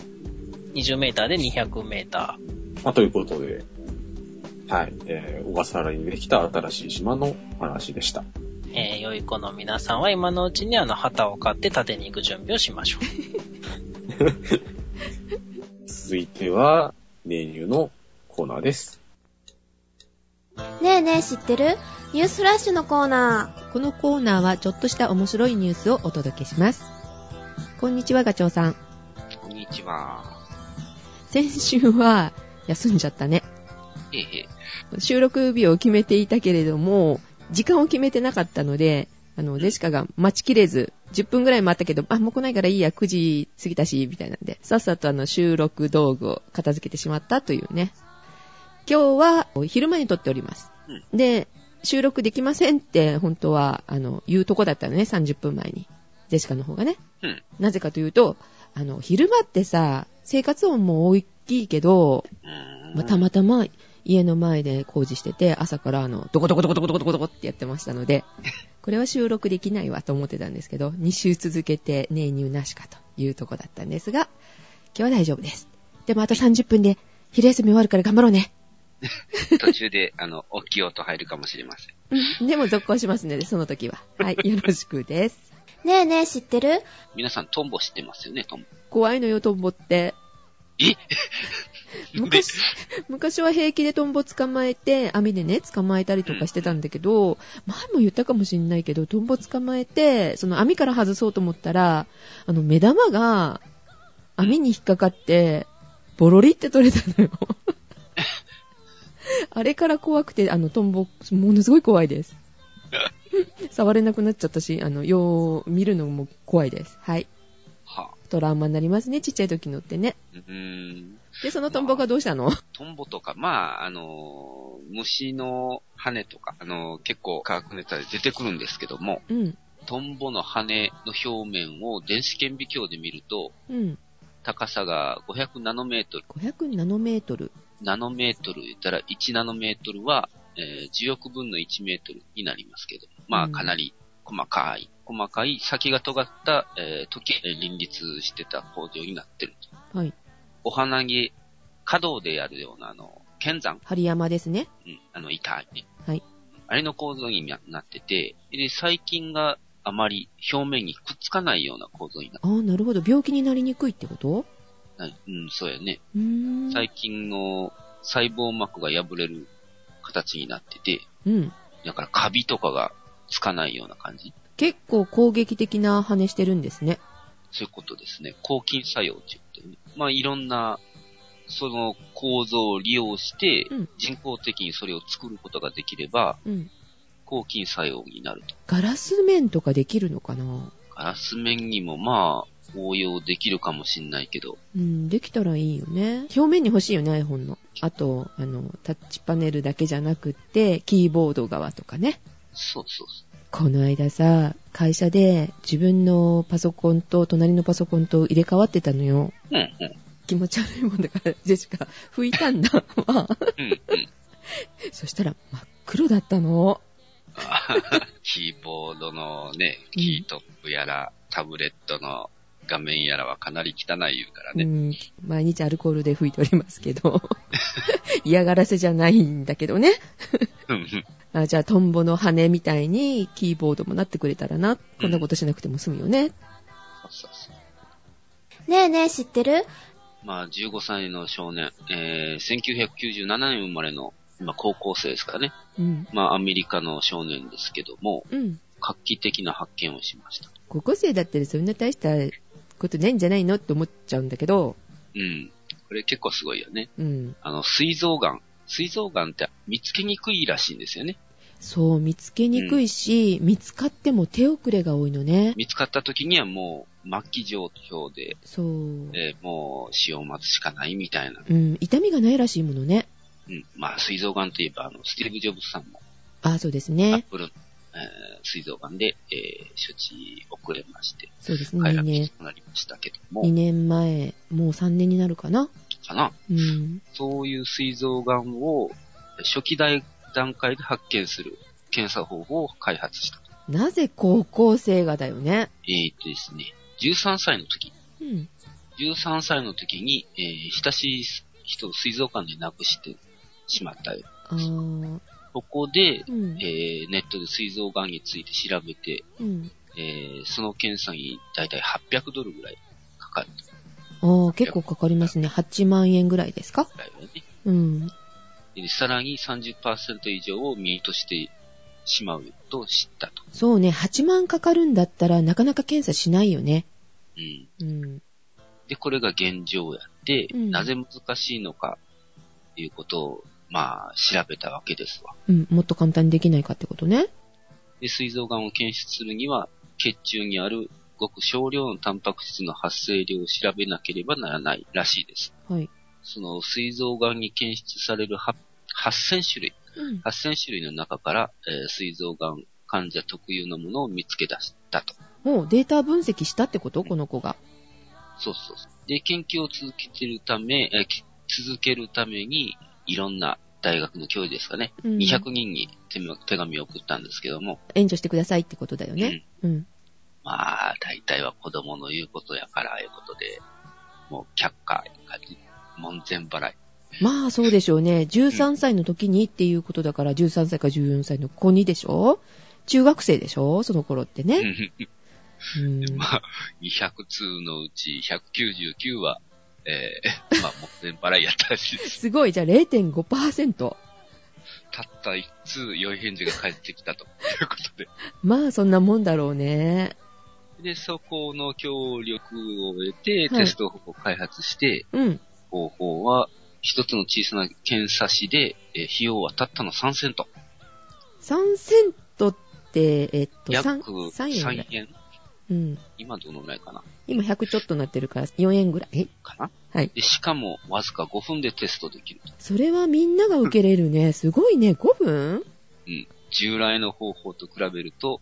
Speaker 4: 20メーターで200メーター。
Speaker 2: まあ、ということで、はい、えー小笠原にできた新しい島の話でした。
Speaker 4: えー、良い子の皆さんは今のうちにあの、旗を買って縦に行く準備をしましょ
Speaker 2: 続いては、メニューのコーナーです。
Speaker 1: ねえねえ知ってるニュースフラッシュのコーナー。
Speaker 3: このコーナーはちょっとした面白いニュースをお届けします。こんにちは、ガチョウさん。
Speaker 5: こんにちは。
Speaker 3: 先週は休んじゃったね。
Speaker 5: ええ、
Speaker 3: 収録日を決めていたけれども、時間を決めてなかったので、あの、デシカが待ちきれず、10分ぐらい待ったけど、あ、もう来ないからいいや、9時過ぎたし、みたいなんで、さっさとあの、収録道具を片付けてしまったというね。今日は、お昼間に撮っております。で、収録できませんって、本当は、あの、言うとこだったのね、30分前に。ジェシカの方がね。
Speaker 5: うん
Speaker 3: なぜかというと、あの、昼間ってさ、生活音も大きいけど、
Speaker 5: うーん。
Speaker 3: まあたまたま家の前で工事してて、朝からあの、ドコドコドコドコドコドコドコってやってましたので、これは収録できないわと思ってたんですけど、2週続けてねえニューなしかというとこだったんですが、今日は大丈夫です。でもあと30分で昼休み終わるから頑張ろうね。
Speaker 5: 途中で、あの、大きい音入るかもしれません。
Speaker 3: でも続行しますので、その時は。はい、よろしくです。
Speaker 1: ねえねえ知ってる
Speaker 5: 皆さん、トンボ知ってますよね、トンボ。
Speaker 3: 怖いのよ、トンボって。
Speaker 5: え
Speaker 3: 昔、昔は平気でトンボ捕まえて、網でね、捕まえたりとかしてたんだけど、前も言ったかもしんないけど、トンボ捕まえて、その網から外そうと思ったら、あの、目玉が、網に引っかかって、ボロリって取れた のよ。あれから怖くて、あの、トンボ、ものすごい怖いです。触れなくなっちゃったし、あの、よう見るのも怖いです。はい。
Speaker 5: はあ、
Speaker 3: トラウマになりますね、ちっちゃい時のってね。
Speaker 5: うーん。
Speaker 3: で、そのトンボがどうしたの、
Speaker 5: トンボとか、まあ、あの、虫の羽とか、あの、結構科学ネタで出てくるんですけども、
Speaker 3: うん。
Speaker 5: トンボの羽の表面を電子顕微鏡で見ると、
Speaker 3: うん。
Speaker 5: 高さが500ナノメートル、
Speaker 3: 500ナノメートル。
Speaker 5: ナノメートル言ったら1ナノメートルは、えー10億分の1メートルになりますけど、
Speaker 3: う
Speaker 5: まあ
Speaker 3: ん
Speaker 5: かなり細かい、細かい先が尖った、えー時計で林立してた工場になってると。
Speaker 3: はい。
Speaker 5: お花に、華道でやるような、あの、剣山、
Speaker 3: 針山ですね。
Speaker 5: うん、あの、板ね。
Speaker 3: はい。
Speaker 5: あれの構造にななってて、で、細菌があまり表面にくっつかないような構造にな
Speaker 3: ああ、なるほど。病気になりにくいってこと
Speaker 5: ない。うん、そうやね。
Speaker 3: うーん。
Speaker 5: 細菌の細胞膜が破れる形になってて、
Speaker 3: うん。
Speaker 5: だからカビとかがつかないような感じ。
Speaker 3: 結構攻撃的な羽してるんですね。
Speaker 5: そういうことですね。抗菌作用っていうことね。まあいろんな、その構造を利用して
Speaker 3: うん、
Speaker 5: 人工的にそれを作ることができれば、
Speaker 3: うん。
Speaker 5: 抗菌作用になると。
Speaker 3: ガラス面とかできるのかな
Speaker 5: ガラス面にもまあ応用できるかもしんないけど、
Speaker 3: うん、できたらいいよね。表面に欲しいよね、iPhone の。あと、あの、タッチパネルだけじゃなくって、キーボード側とかね。
Speaker 5: そうそうそ
Speaker 3: この間さ、会社で自分のパソコンと隣のパソコンと入れ替わってたのよ。
Speaker 5: う。うんうん。
Speaker 3: 気持ち悪いもんだから、ジェシカ、拭いたんだ。まあ
Speaker 5: うんうん。
Speaker 3: そしたら真っ黒だったの。
Speaker 5: あははキーボードのね、キートップやら、タブレットの画面やらはかなり汚い言うからね。
Speaker 3: うん毎日アルコールで拭いておりますけど。 嫌がらせじゃないんだけどね。
Speaker 5: うん
Speaker 3: あじゃあ、トンボの羽みたいにキーボードもなってくれたらな。こんなことしなくても済むよね。
Speaker 5: そうそう
Speaker 1: ねえねえ、知ってる
Speaker 5: まあ、15歳の少年、えー、1997年生まれの、今高校生ですからね。
Speaker 3: うん。
Speaker 5: まあ、アメリカの少年ですけども、
Speaker 3: うん。
Speaker 5: 画期的な発見をしました。
Speaker 3: 高校生だったらそんな大したことないんじゃないのって思っちゃうんだけど、
Speaker 5: うん。これ結構すごいよね。
Speaker 3: うん。
Speaker 5: あの、膵臓癌。膵臓癌って見つけにくいらしいんですよね。
Speaker 3: そう、見つけにくいし、見つかっても手遅れが多いのね。
Speaker 5: 見つかった時にはもう、末期状況で、
Speaker 3: そう。
Speaker 5: えーもう死を待つしかないみたいな。
Speaker 3: うん、痛みがないらしいものね。
Speaker 5: うん。まあ、膵臓癌といえば、あの、スティーブ・ジョブズさんも、
Speaker 3: あ、そうです
Speaker 5: アッ
Speaker 3: ね。
Speaker 5: プルの、えー、膵臓癌で、えー処置遅れまして、
Speaker 3: そうですね。
Speaker 5: 開
Speaker 3: 2
Speaker 5: 発
Speaker 3: 年、
Speaker 5: となりましたけど
Speaker 3: 2
Speaker 5: も、
Speaker 3: 年前、もう3年になるかな。
Speaker 5: かな。
Speaker 3: うん。
Speaker 5: そういう膵臓癌を、初期段階で発見する検査方法を開発した。
Speaker 3: なぜ高校生がだよね。
Speaker 5: えー、っとですね、13歳の時、
Speaker 3: うん。
Speaker 5: 13歳の時に、えー親しい人を水族館で亡くしてしまったよ。
Speaker 3: あー、
Speaker 5: そこで、
Speaker 3: うん。
Speaker 5: えーネットで水臓癌について調べて、
Speaker 3: うん。
Speaker 5: えーその検査にだいたい800ドルぐらいかかる
Speaker 3: あー、結構かかりますね。8万円ぐらいですか
Speaker 5: ぐらいだよね。
Speaker 3: うん。
Speaker 5: でさらに30%以上をミートしてしまうと知ったと。
Speaker 3: そうね、8万かかるんだったら、なかなか検査しないよね。
Speaker 5: うん。
Speaker 3: うん。
Speaker 5: で、これが現状やって、
Speaker 3: うん
Speaker 5: なぜ難しいのか、ということを、まあ、調べたわけですわ。
Speaker 3: うん、もっと簡単にできないかってことね。
Speaker 5: で、膵臓癌を検出するには、血中にあるごく少量のタンパク質の発生量を調べなければならないらしいです。
Speaker 3: はい。
Speaker 5: その、膵臓癌に検出されるは8000種類、
Speaker 3: うん。
Speaker 5: 8000種類の中から、えー、膵臓癌患者特有のものを見つけ出したと。
Speaker 3: もうデータ分析したってことこの子が。
Speaker 5: そうそうそう。で、研究を続けてるため、えーき続けるために、いろんな大学の教授ですかね、
Speaker 3: うん。
Speaker 5: 200人に手も手紙を送ったんですけども、
Speaker 3: 援助してくださいってことだよね。うん。
Speaker 5: まあ、大体は子供の言うことやから、いうことで、もう却下、門前払い。
Speaker 3: まあそうでしょうね。13歳の時にっていうことだから、13歳か14歳の子にでしょ中学生でしょその頃ってね。 うん。
Speaker 5: まあ、200通のうち199は、えー まあ、門前払いやったらしいです。
Speaker 3: すごい、じゃあ0.5%。
Speaker 5: たった1通、良い返事が返ってきたと。いうことで。
Speaker 3: まあそんなもんだろうね。
Speaker 5: で、そこの協力を得て、
Speaker 3: はい
Speaker 5: テスト方法を開発して、
Speaker 3: うん。
Speaker 5: 方法は、一つの小さな検査紙で、えー費用はたったの3セント。
Speaker 3: 3セントって、えっと、
Speaker 5: 約
Speaker 3: 3, 円
Speaker 5: 3
Speaker 3: ぐら
Speaker 5: 円
Speaker 3: い。。うん。
Speaker 5: 今どのぐらいかな
Speaker 3: 今100ちょっとなってるから4円ぐらい。
Speaker 5: かな
Speaker 3: はい
Speaker 5: でしかも、わずか5分でテストできると。
Speaker 3: それはみんなが受けれるね。すごいね。5分
Speaker 5: 従来の方法と比べると、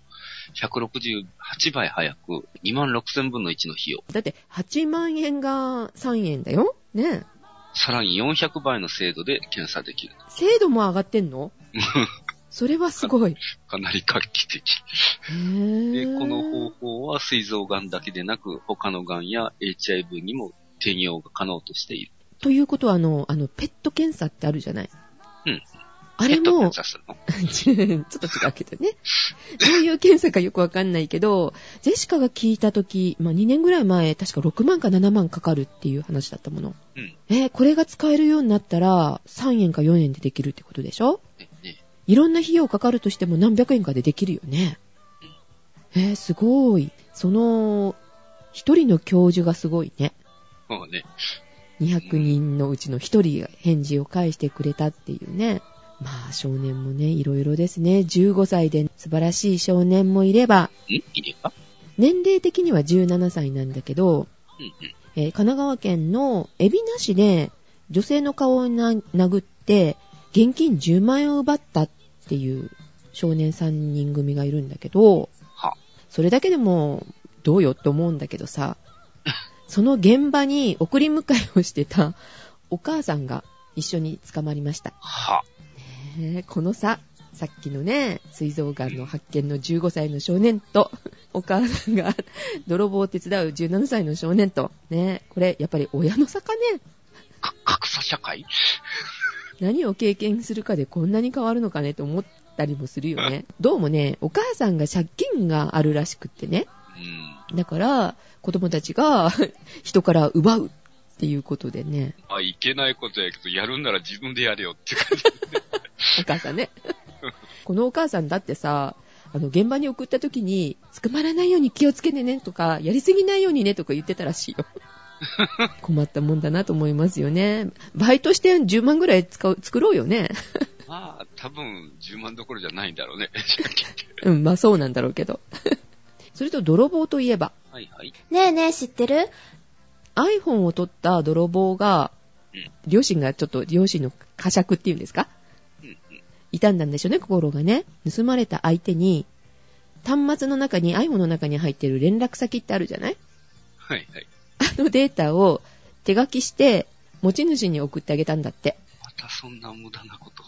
Speaker 5: 168倍早く、2万6000分の1の費用。
Speaker 3: だって8万円が3円だよ。ねえ。
Speaker 5: さらに400倍の精度で検査できる。
Speaker 3: 精度も上がってんのそれはすごい。
Speaker 5: かなり画期的。
Speaker 3: へー
Speaker 5: で、この方法は、膵臓癌だけでなく、他の癌や HIV にも転用が可能としている。
Speaker 3: ということは、あの、あの、ペット検査ってあるじゃない。
Speaker 5: うん。
Speaker 3: あれ
Speaker 5: ペット
Speaker 3: も
Speaker 5: 検、査するの
Speaker 3: ちょっと違うけどね。どういう検査かよくわかんないけど、ジェシカが聞いたとき、まあ、2年ぐらい前、確か6万か7万かかるっていう話だったもの。
Speaker 5: うん
Speaker 3: えーこれが使えるようになったら、3円か4円でできるってことでしょ
Speaker 5: ねね
Speaker 3: いろんな費用かかるとしても何百円かでできるよね。えーすごい。その、一人の教授がすごいね。
Speaker 5: もうね。
Speaker 3: 200人のうちの一人が返事を返してくれたっていうね。まあ少年もね、いろいろですね。15歳で素晴らしい少年もいれば、
Speaker 5: んいれば
Speaker 3: 年齢的には17歳なんだけど、
Speaker 5: うんうん。
Speaker 3: えー神奈川県の海老名市で女性の顔をな殴って現金10万円を奪ったっていう少年3人組がいるんだけど、
Speaker 5: は
Speaker 3: それだけでもどうよって思うんだけどさ、その現場に送り迎えをしてたお母さんが一緒に捕まりました。
Speaker 5: は。
Speaker 3: ねえこの差、さっきのね、膵臓がんの発見の15歳の少年と、 お母さんが泥棒を手伝う17歳の少年と、ね、これ、やっぱり親の差かね。
Speaker 5: か格差社会
Speaker 3: 何を経験するかでこんなに変わるのかねと思ったりもするよね。どうもね、お母さんが借金があるらしくってね。
Speaker 5: うん。
Speaker 3: だから、子供たちが 人から奪うっていうことでね、
Speaker 5: まあ、いけないことやけど、やるんなら自分でやれよって感じ。
Speaker 3: お母さんね。このお母さんだってさ、あの、現場に送った時に、捕まらないように気をつけてねとか、やりすぎないようにねとか言ってたらしいよ。困ったもんだなと思いますよね。バイトして10万ぐらい使う、作ろうよね。
Speaker 5: まあ、多分、10万どころじゃないんだろうね。
Speaker 3: うん、まあそうなんだろうけど。 それと泥棒といえば、
Speaker 5: はいはい。
Speaker 1: ねえねえ、知ってる
Speaker 3: iPhone を取った泥棒が
Speaker 5: うん、
Speaker 3: 両親がちょっと両親の呵責っていうんですか
Speaker 5: うんうん。
Speaker 3: 傷んだんでしょうね、心がね。盗まれた相手に、端末の中に、iPhone の中に入ってる連絡先ってあるじゃない
Speaker 5: はいはい。
Speaker 3: あのデータを手書きして、持ち主に送ってあげたんだって。
Speaker 5: またそんな無駄なこと。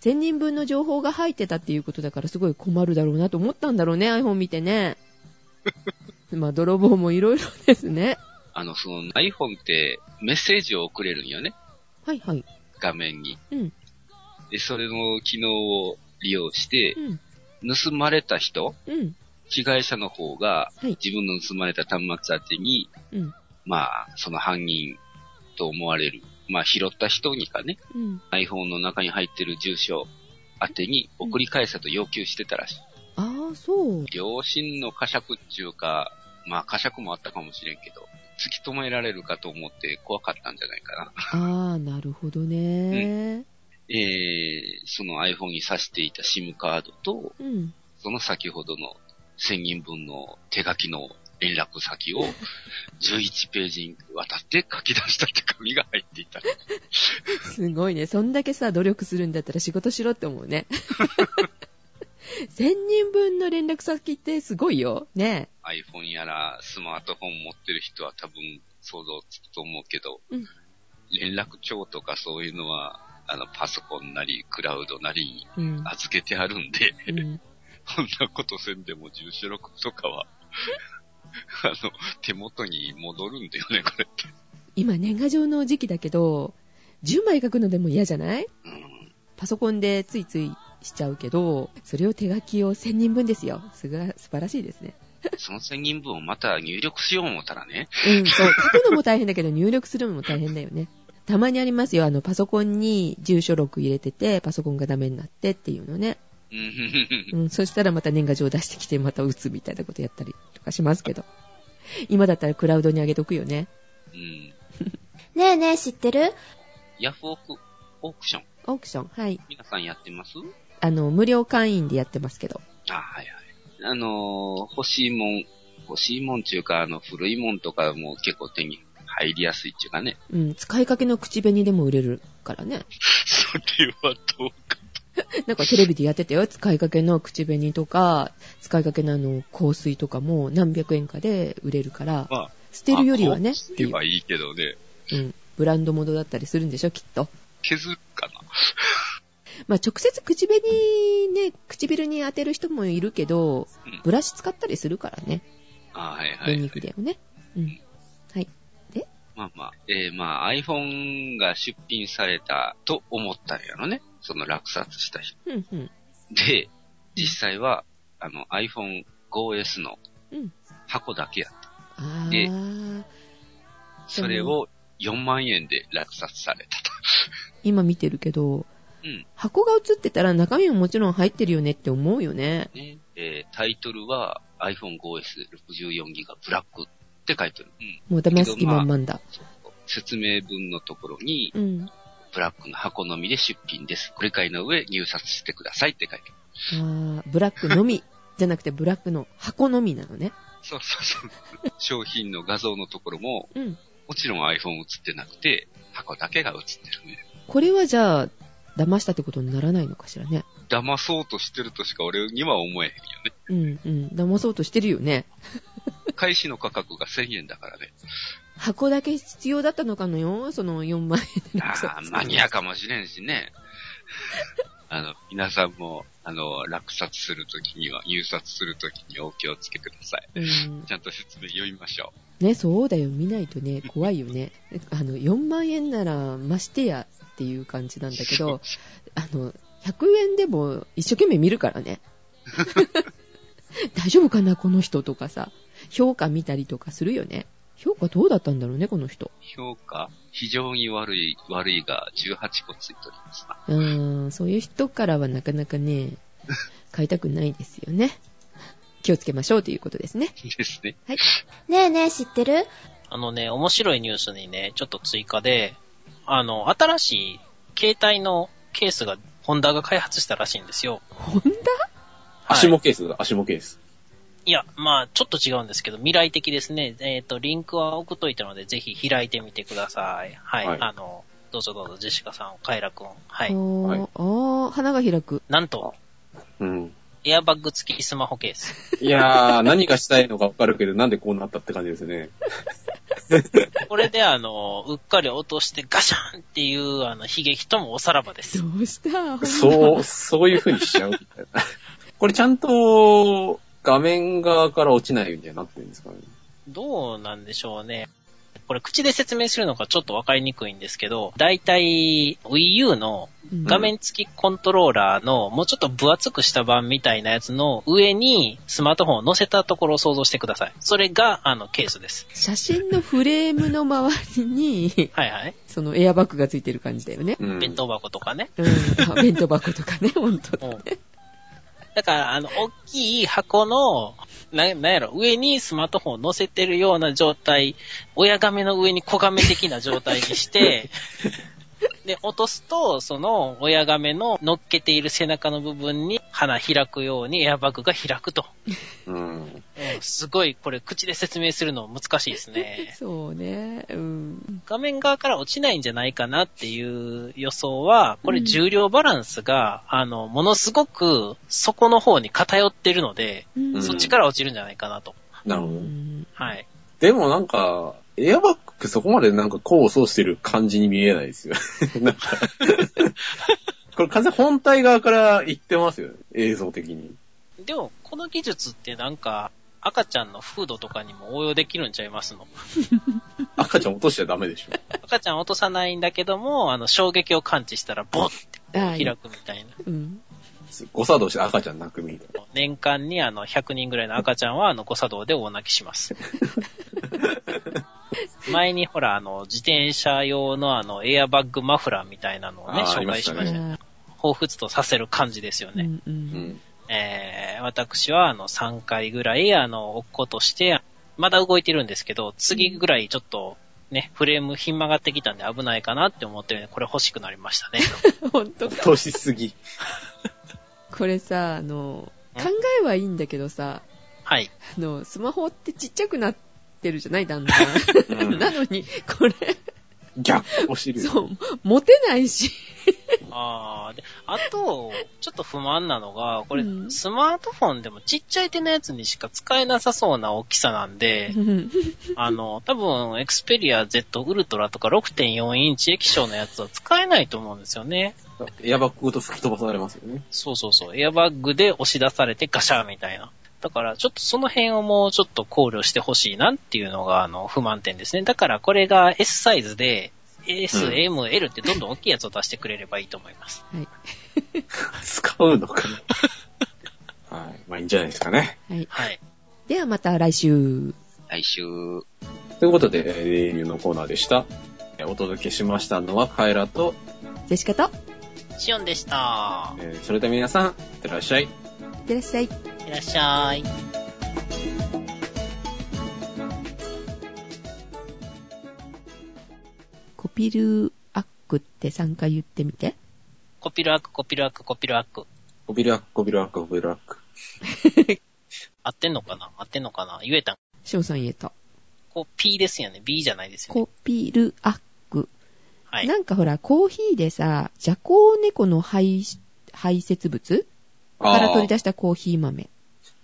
Speaker 3: 1000人分の情報が入ってたっていうことだからすごい困るだろうなと思ったんだろうね、iPhone 見て ね。まあ、泥棒もいろいろですね。
Speaker 5: あの、その iPhone ってメッセージを送れるんよね。
Speaker 3: はいはい。
Speaker 5: 画面に。
Speaker 3: うん。
Speaker 5: で、それの機能を利用して
Speaker 3: う、ん。
Speaker 5: 盗まれた人、
Speaker 3: うん。
Speaker 5: 被害者の方が、
Speaker 3: はい
Speaker 5: 自分の盗まれた端末宛てに、
Speaker 3: うん。
Speaker 5: まあ、その犯人と思われる、まあ、拾った人にかね、
Speaker 3: うん。
Speaker 5: iPhone の中に入ってる住所宛てに送り返せと要求してたらしい。
Speaker 3: ああ、そう。
Speaker 5: 両親の呵責っていうか、まあ、呵責もあったかもしれんけど、突き止められるかと思って怖かったんじゃないかな。
Speaker 3: ああ、なるほどね。
Speaker 5: えー、その iPhone に挿していた SIM カードと、
Speaker 3: うん。
Speaker 5: その先ほどの1000人分の手書きの連絡 先を11ページにわたって書き出した手紙が入っていた。
Speaker 3: すごいね。そんだけさ、努力するんだったら仕事しろって思うね。1000人分の連絡先ってすごいよ。ね
Speaker 5: iPhone やらスマートフォン持ってる人は多分想像つくと思うけど、
Speaker 3: うん
Speaker 5: 連絡帳とかそういうのは、あの、パソコンなり、クラウドなりに
Speaker 3: え。うん。
Speaker 5: 預けてあるんで、
Speaker 3: うん、
Speaker 5: こんなことせんでも住所録とかは、 あの、手元に戻るんだよね、これって。
Speaker 3: 今、年賀状の時期だけど、10枚書くのでも嫌じゃない
Speaker 5: うん。
Speaker 3: パソコンでついついしちゃうけど、それを手書きを1000人分ですよ。すが素晴らしいですね。
Speaker 5: その1000人分をまた入力しよう思ったらね、
Speaker 3: うん、そう。書くのも大変だけど、入力するのも大変だよね。たまにありますよ。あの、パソコンに住所録入れてて、パソコンがダメになってっていうのね。
Speaker 5: うん
Speaker 3: うん、そしたらまた年賀状出してきて、また打つみたいなことやったりとかしますけど。今だったらクラウドに上げとくよね。
Speaker 5: うん。
Speaker 1: ねえねえ、知ってる
Speaker 5: ヤフオク、オークション。
Speaker 3: オークション、はい。
Speaker 5: 皆さんやってます
Speaker 3: あの、無料会員でやってますけど。
Speaker 5: あ、はいはい。あのー欲しいもん、欲しいもんちゅうか、あの、古いもんとかも結構手に入りやすいっていうかね。
Speaker 3: うん、使いかけの口紅でも売れるからね。
Speaker 5: それはどうか。
Speaker 3: なんかテレビでやってたよ。使いかけの口紅とか、使いかけのあの、香水とかも何百円かで売れるから、
Speaker 5: まあ、
Speaker 3: 捨てるよりはね、
Speaker 5: 捨
Speaker 3: って
Speaker 5: て
Speaker 3: いう。
Speaker 5: ばいいけどね、
Speaker 3: うん。ブランド物だったりするんでしょ、きっと。
Speaker 5: 削るかな。
Speaker 3: まあ、直接口紅ね、唇に当てる人もいるけど
Speaker 5: うん、
Speaker 3: ブラシ使ったりするからね。
Speaker 5: あ、はいは
Speaker 3: 便
Speaker 5: い、は
Speaker 3: 利
Speaker 5: い。
Speaker 3: 筆をね。うん。はい。
Speaker 5: まあまあ、えー、まあ iPhone が出品されたと思ったんやろね。その落札した人。
Speaker 3: うんうん。
Speaker 5: で、実際は、あの iPhone5S の
Speaker 3: うん
Speaker 5: 箱だけや。
Speaker 3: あ
Speaker 5: で
Speaker 3: ー。
Speaker 5: それを4万円で落札されたと。
Speaker 3: 今見てるけど、
Speaker 5: うん
Speaker 3: 箱が映ってたら中身ももちろん入ってるよねって思うよね。
Speaker 5: ねえータイトルは iPhone5S64 ギガブラックって書いてる。うん。
Speaker 3: もう騙す気満々だ。
Speaker 5: そうそう説明文のところに、
Speaker 3: うん。
Speaker 5: ブラックの箱のみで出品です。ご理解の上入札してくださいって書いてる。
Speaker 3: あーブラックのみ、じゃなくてブラックの箱のみなのね。
Speaker 5: そうそうそう。商品の画像のところも、
Speaker 3: うん。
Speaker 5: もちろん iPhone 映ってなくて、箱だけが映ってるね。
Speaker 3: これはじゃあ、騙したってことにならないのかしらね。
Speaker 5: 騙そうとしてるとしか俺には思えへんよね。
Speaker 3: うんうん。騙そうとしてるよね。
Speaker 5: 開始の価格が1000円だからね。
Speaker 3: 箱だけ必要だったのかのよ、その4万円で落札
Speaker 5: ああ、マニアかもしれんしね。 あの、皆さんも、あの、落札するときには、入札するときにお気をつけください。
Speaker 3: うん
Speaker 5: ちゃんと説明読みましょ
Speaker 3: ね、そうだよ、見ないとね、怖いよね。 あの、4万円なら、ましてやっていう感じなんだけど、あの、100円でも一生懸命見るからね。大丈夫かな、この人とかさ。評価見たりとかするよね。評価どうだったんだろうね、この人。
Speaker 5: う。 評価、非常に悪い、悪いが18個ついておりますな。
Speaker 3: うーん、そういう人からはなかなかね、買いたくないですよね。気をつけましょうということですね。
Speaker 5: ですね。
Speaker 1: ねえねえ、知ってる
Speaker 4: あのね、面白いニュースにね、ちょっと追加で、あの、新しい携帯のケースが、ホンダが開発したらしいんですよ。
Speaker 3: ホンダ
Speaker 4: はい
Speaker 2: 足もケースだ、足もケース。
Speaker 4: いや、まあちょっと違うんですけど、未来的ですね。えっ、と、リンクは送っといたので、ぜひ開いてみてください。はい。
Speaker 2: はい
Speaker 4: あの、どうぞどうぞ、ジェシカさん、カイラくん。はい。
Speaker 2: はい
Speaker 3: あーあー、花が開く。
Speaker 4: なんと、
Speaker 2: うん。
Speaker 4: エアバッグ付きスマホケース。
Speaker 2: いやー、何がしたいのかわかるけど、なんでこうなったって感じですね。
Speaker 4: これで、あの、うっかり落としてガシャンっていう、あの、悲劇ともおさらばです。
Speaker 3: どうしたう。
Speaker 2: そう、そういう風にしちゃうみたいな。これちゃんと、画面側から落ちないみたいになってるんですかね。
Speaker 4: どうなんでしょうね。これ口で説明するのがちょっとわかりにくいんですけど、だいたい Wii U の
Speaker 3: うん
Speaker 4: 画面付きコントローラーのもうちょっと分厚くした版みたいなやつの上にスマートフォンを乗せたところを想像してください。それがあのケースです。
Speaker 3: 写真のフレームの周りに、
Speaker 4: はいはい。
Speaker 3: そのエアバッグがついてる感じだよね。
Speaker 2: うん。
Speaker 4: 弁当箱とかね。
Speaker 3: うん、あ弁当箱とかね、ほんとだ。
Speaker 4: うんだから、あの、大きい箱の、な、なんやろ、上にスマートフォンを乗せてるような状態、親亀の上に子亀的な状態にして、で、落とすと、その、親亀の乗っけている背中の部分に花開くようにエアバッグが開くと。
Speaker 2: うん。
Speaker 4: すごい、これ、口で説明するの難しいですね。
Speaker 3: そうね。うん。
Speaker 4: 画面側から落ちないんじゃないかなっていう予想は、これ重量バランスが、あの、ものすごく底の方に偏ってるので、
Speaker 2: うん
Speaker 4: そっちから落ちるんじゃないかなと。
Speaker 2: なるほ
Speaker 3: う
Speaker 2: ど。
Speaker 3: ん
Speaker 4: はい。
Speaker 2: でもなんか、エアバッグってそこまでなんか功を奏してる感じに見えないですよ。 なんか。これ完全に本体側から言ってますよね。映像的に。
Speaker 4: でも、この技術ってなんか、赤ちゃんのフードとかにも応用できるんちゃいますの
Speaker 2: 赤ちゃん落としちゃダメでしょ。
Speaker 4: 赤ちゃん落とさないんだけども、あの、衝撃を感知したら、ボンって
Speaker 3: あ
Speaker 4: 開
Speaker 3: ー
Speaker 4: くみたいな。
Speaker 3: うん。
Speaker 2: 誤作動して赤ちゃん泣くみたいな。
Speaker 4: 年間にあの、100人ぐらいの赤ちゃんはあの、誤作動で大泣きします。前にほら、あの、自転車用のあの、エアバッグマフラーみたいなのをね、
Speaker 2: あーあ
Speaker 4: 紹
Speaker 2: りま
Speaker 4: 介
Speaker 2: し
Speaker 4: したま
Speaker 2: ね
Speaker 4: したよ
Speaker 3: あ
Speaker 4: ね。彷彿とさせる感じですよ
Speaker 3: ー
Speaker 4: ね。
Speaker 3: うんう
Speaker 2: うんん。
Speaker 4: えー私はあの、3回ぐらい、あの、落っことして、まだ動いてるんですけど、次ぐらいちょっと、ね、フレームひん曲がってきたんで危ないかなって思ってるんで、これ欲しくなりましたね。
Speaker 3: ほんとだ。
Speaker 2: 落としす ぎ。
Speaker 3: これさ、あの、
Speaker 4: ん
Speaker 3: 考えはいいんだけどさ、
Speaker 4: はい。
Speaker 3: あの、スマホってちっちゃくなってるじゃない、だんだん。
Speaker 2: う ん
Speaker 3: なのに、これ、
Speaker 2: 逆お尻。
Speaker 3: そう、持てないし。
Speaker 4: あーで、あと、ちょっと不満なのが、これ、
Speaker 3: うん
Speaker 4: スマートフォンでもちっちゃい手のやつにしか使えなさそうな大きさな んで、
Speaker 3: うん
Speaker 4: あの、多分、Xperia Z Ultra とか6.4インチ液晶のやつは使えないと思うんですよね。
Speaker 2: エアバッグごと吹き飛ばされますよね。
Speaker 4: そうそうそう。エアバッグで押し出されてガシャーみたいな。だから、ちょっとその辺をもうちょっと考慮してほしいなっていうのが、あの、不満点ですね。だから、これが S サイズで、S、
Speaker 2: うん
Speaker 4: M、L ってどんどん大きいやつを出してくれればいいと思います。
Speaker 2: 使うのかな。 はい。まあいいんじゃないですかね。
Speaker 3: はい。
Speaker 4: はい。
Speaker 3: ではまた来週。
Speaker 5: 来週、
Speaker 2: ということで、えーレビューのコーナーでした。えーお届けしましたのはカエラと、
Speaker 3: ジェシカと、
Speaker 4: シオンでした。
Speaker 2: えーそれでは皆さん、いってらっしゃい。
Speaker 3: いってらっしゃい。
Speaker 4: いらっしゃい。
Speaker 3: コピルアックって3回言ってみて。
Speaker 4: コピルアック、コピルアック、コピルアック。
Speaker 2: コビラック、コビラック、コビラック。
Speaker 4: 合ってんのかな合ってんのかな言えたん
Speaker 3: シオンさん言えた。
Speaker 4: こう、P ですよね。B じゃないですよね。
Speaker 3: コピルアック。
Speaker 4: はい。
Speaker 3: なんかほら、コーヒーでさ、ジャコウネコの排し、排泄物から取り出したコーヒー豆。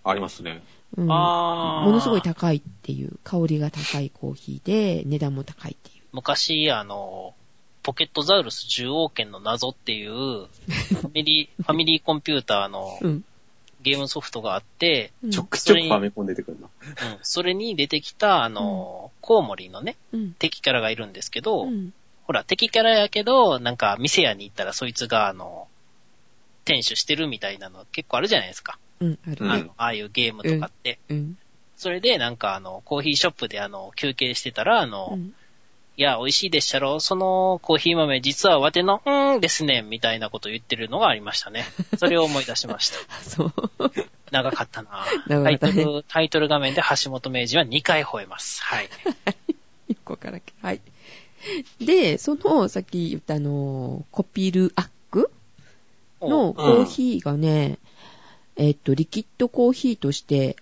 Speaker 2: あーありますね。
Speaker 3: うん。も
Speaker 4: あー
Speaker 3: のすごい高いっていう、香りが高いコーヒーで、値段も高いっていう。
Speaker 4: 昔、あの、ポケットザウルス10王権の謎って いうファミリー、ファミリーコンピューターの
Speaker 3: うん。
Speaker 4: ゲームソフトがあって、
Speaker 3: うん
Speaker 2: ちょくちょくファミコン出てくるな。
Speaker 4: うん、それに出てきた、あの、コウモリのね、
Speaker 3: うん。
Speaker 4: 敵キャラがいるんですけど、
Speaker 3: うん
Speaker 4: ほら、敵キャラやけど、なんか、店屋に行ったらそいつが、あの、店主してるみたいなの結構あるじゃないですか。
Speaker 3: うん。あ
Speaker 2: うん
Speaker 4: あ
Speaker 3: る。
Speaker 4: の、ああいうゲームとかって。
Speaker 3: うん。
Speaker 4: それで、なんか、あの、コーヒーショップで、あの、休憩してたら、あの、
Speaker 3: うん
Speaker 4: いや、美味しいでっしゃろそのコーヒー豆、実はわての、うーんですね、みたいなこと言ってるのがありましたね。それを思い出し ました。
Speaker 3: そう。
Speaker 4: 長かったな
Speaker 3: 長かった
Speaker 4: タ
Speaker 3: ね
Speaker 4: イトル、タイトル画面で橋本明治は2回吠えます。はい。
Speaker 3: 一個からけ。 はい。で、その、さっき言ったあの、コピルアックのコーヒーがね、えっと、リキッドコーヒーとして、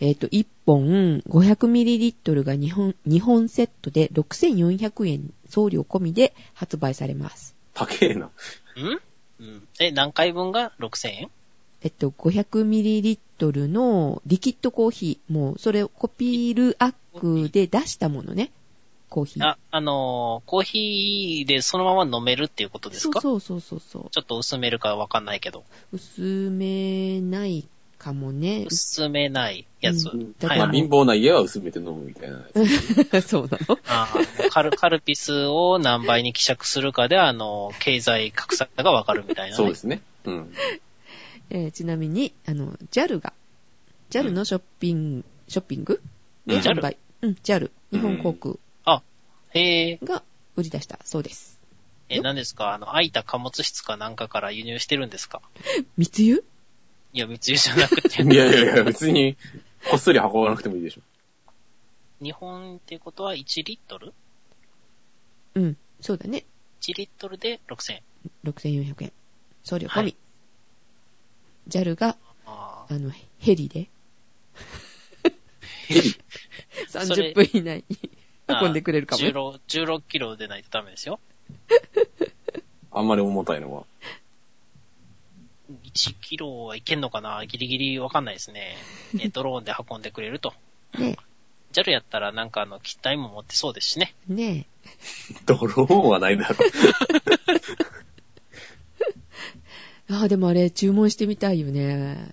Speaker 3: えっと、1本 500ml が2本、2本セットで6400円送料込みで発売されます。
Speaker 2: 高えな。
Speaker 4: うんうん。え、何回分が6000円
Speaker 3: えっと、500ml のリキッドコーヒー、もう、それをコピルアックで出したものね、コーヒー。
Speaker 4: あ、あのーコーヒーでそのまま飲めるっていうことです
Speaker 3: そう
Speaker 4: か
Speaker 3: そうそうそうそう。
Speaker 4: ちょっと薄めるかわかんないけど。
Speaker 3: 薄めないかも ね。
Speaker 4: 薄めないやつ。
Speaker 3: うんだか
Speaker 4: は
Speaker 3: ら
Speaker 4: い
Speaker 2: まあ、
Speaker 4: はい、
Speaker 2: 貧乏な家は薄めて飲むみたいな。
Speaker 3: そうなの
Speaker 4: あーカルカルピスを何倍に希釈するかで、あのー経済格差がわかるみたいな、ね。
Speaker 2: そうですね。うん。
Speaker 3: えーちなみに、あの、JAL が、JAL のショッピング、ショッピング
Speaker 2: う
Speaker 3: で
Speaker 2: ん
Speaker 3: 販売。うん、JAL、日本航空
Speaker 4: へえ、
Speaker 3: が売り出したそうです。
Speaker 4: え、何ですかあの、空いた貨物室かなんかから輸入してるんですか
Speaker 3: 密輸
Speaker 4: いや、密輸じゃなく て。
Speaker 2: いやいやいや、別に、こっそり運ばなくてもいいでしょ。
Speaker 4: 日本ってことは1リットル
Speaker 3: うん、そうだね。
Speaker 4: ?1 リットルで6000円。
Speaker 3: 6400円。送料込み。
Speaker 4: はい
Speaker 3: JAL が、
Speaker 4: あー
Speaker 3: あの、ヘリで。
Speaker 2: ヘリ
Speaker 4: それ
Speaker 3: 30分以内に
Speaker 4: あー
Speaker 3: 運んでくれるかもよ。
Speaker 4: 16 16キロでないとダメですよ。
Speaker 2: あんまり重たいのは。
Speaker 4: 1キロはいけんのかなギリギリわかんないですね。 えドローンで運んでくれると。
Speaker 3: ね
Speaker 4: JAL やったらなんかあの、機体も持ってそうですしね。
Speaker 3: ね
Speaker 2: ドローンはないだろう。
Speaker 3: え。ああ、でもあれ、注文してみたいよね。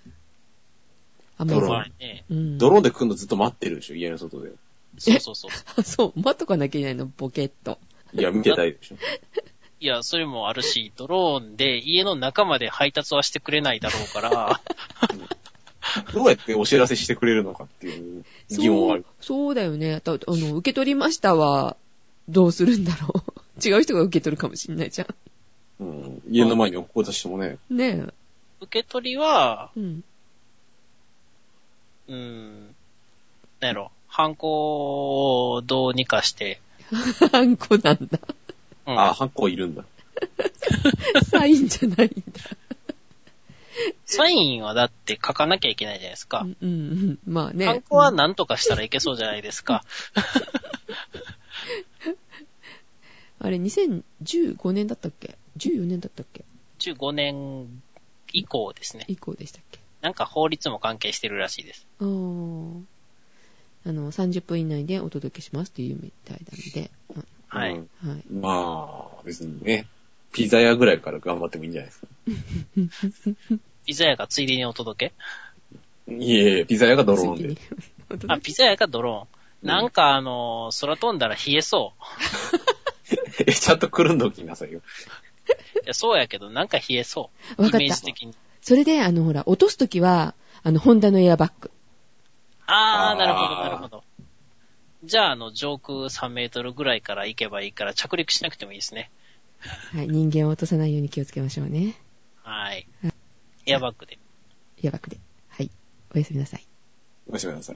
Speaker 3: あんま
Speaker 2: ド
Speaker 3: り
Speaker 2: ローン
Speaker 4: まあね。
Speaker 3: うん。
Speaker 2: ドローンで来るのずっと待ってるでしょ、家の外で。
Speaker 4: そうそうそう。
Speaker 3: あ そう、待っとかなきゃいけないの、ポケット。
Speaker 2: いや、見てないでしょ。
Speaker 4: いや、それもあるし、ドローンで家の中まで配達はしてくれないだろうから、
Speaker 2: どうやってお知らせしてくれるのかっていう疑問はある。
Speaker 3: そうそうだよね。あと、あの、受け取りましたは、どうするんだろう。 違う人が受け取るかもしんないじゃ
Speaker 2: うん、家の前に置こうとしてもね、
Speaker 3: ん。ね
Speaker 4: 受け取りは、
Speaker 3: え。うん。
Speaker 4: うーん、なんやろ、犯行をどうにかして、
Speaker 3: ハンコなんだ。
Speaker 4: うん、
Speaker 2: ああ、ハンコいるんだ。
Speaker 3: サインじゃないんだ。
Speaker 4: サインはだって書かなきゃいけないじゃないですか
Speaker 3: う。ん、うん。まあね。
Speaker 4: ハンコは何とかしたらいけそうじゃないですか。
Speaker 3: あれ、2015年だったっけ ?14 年だったっけ
Speaker 4: 15年以降ですね。
Speaker 3: 以降でしたっけ
Speaker 4: なんか法律も関係してるらしいです。
Speaker 3: あーあの、30分以内でお届けしますっていうみたいなんで。
Speaker 4: はい。
Speaker 2: うん
Speaker 3: うんはい。
Speaker 2: まあ、別にね、ピザ屋ぐらいから頑張ってもいいんじゃないですか。
Speaker 4: ピザ屋がついでにお届け
Speaker 2: いえいえ、ピザ屋がドロ ーンで。
Speaker 3: で
Speaker 4: あ、ピザ屋がドローン。なんかあのー空飛んだら冷えそ
Speaker 2: え、 ちゃんとくるんどきなさいよ。
Speaker 4: う。いや、そうやけど、なんか冷えそう。
Speaker 3: わ
Speaker 4: イ
Speaker 3: かっ
Speaker 4: メージ
Speaker 3: た。
Speaker 4: 的に。
Speaker 3: それで、あの、ほら、落とすときは、あの、ホンダのエアバッグ。
Speaker 4: あ
Speaker 2: あー
Speaker 4: ー、なるほど、なるほど。じゃあ、あの、上空3メートルぐらいから行けばいいから、着陸しなくてもいいですね。
Speaker 3: はい、人間を落とさないように気をつけましょうね。
Speaker 4: はい。エアバッグで。
Speaker 3: エアバッグで。はい。おやすみなさい。
Speaker 2: ごめんなさい。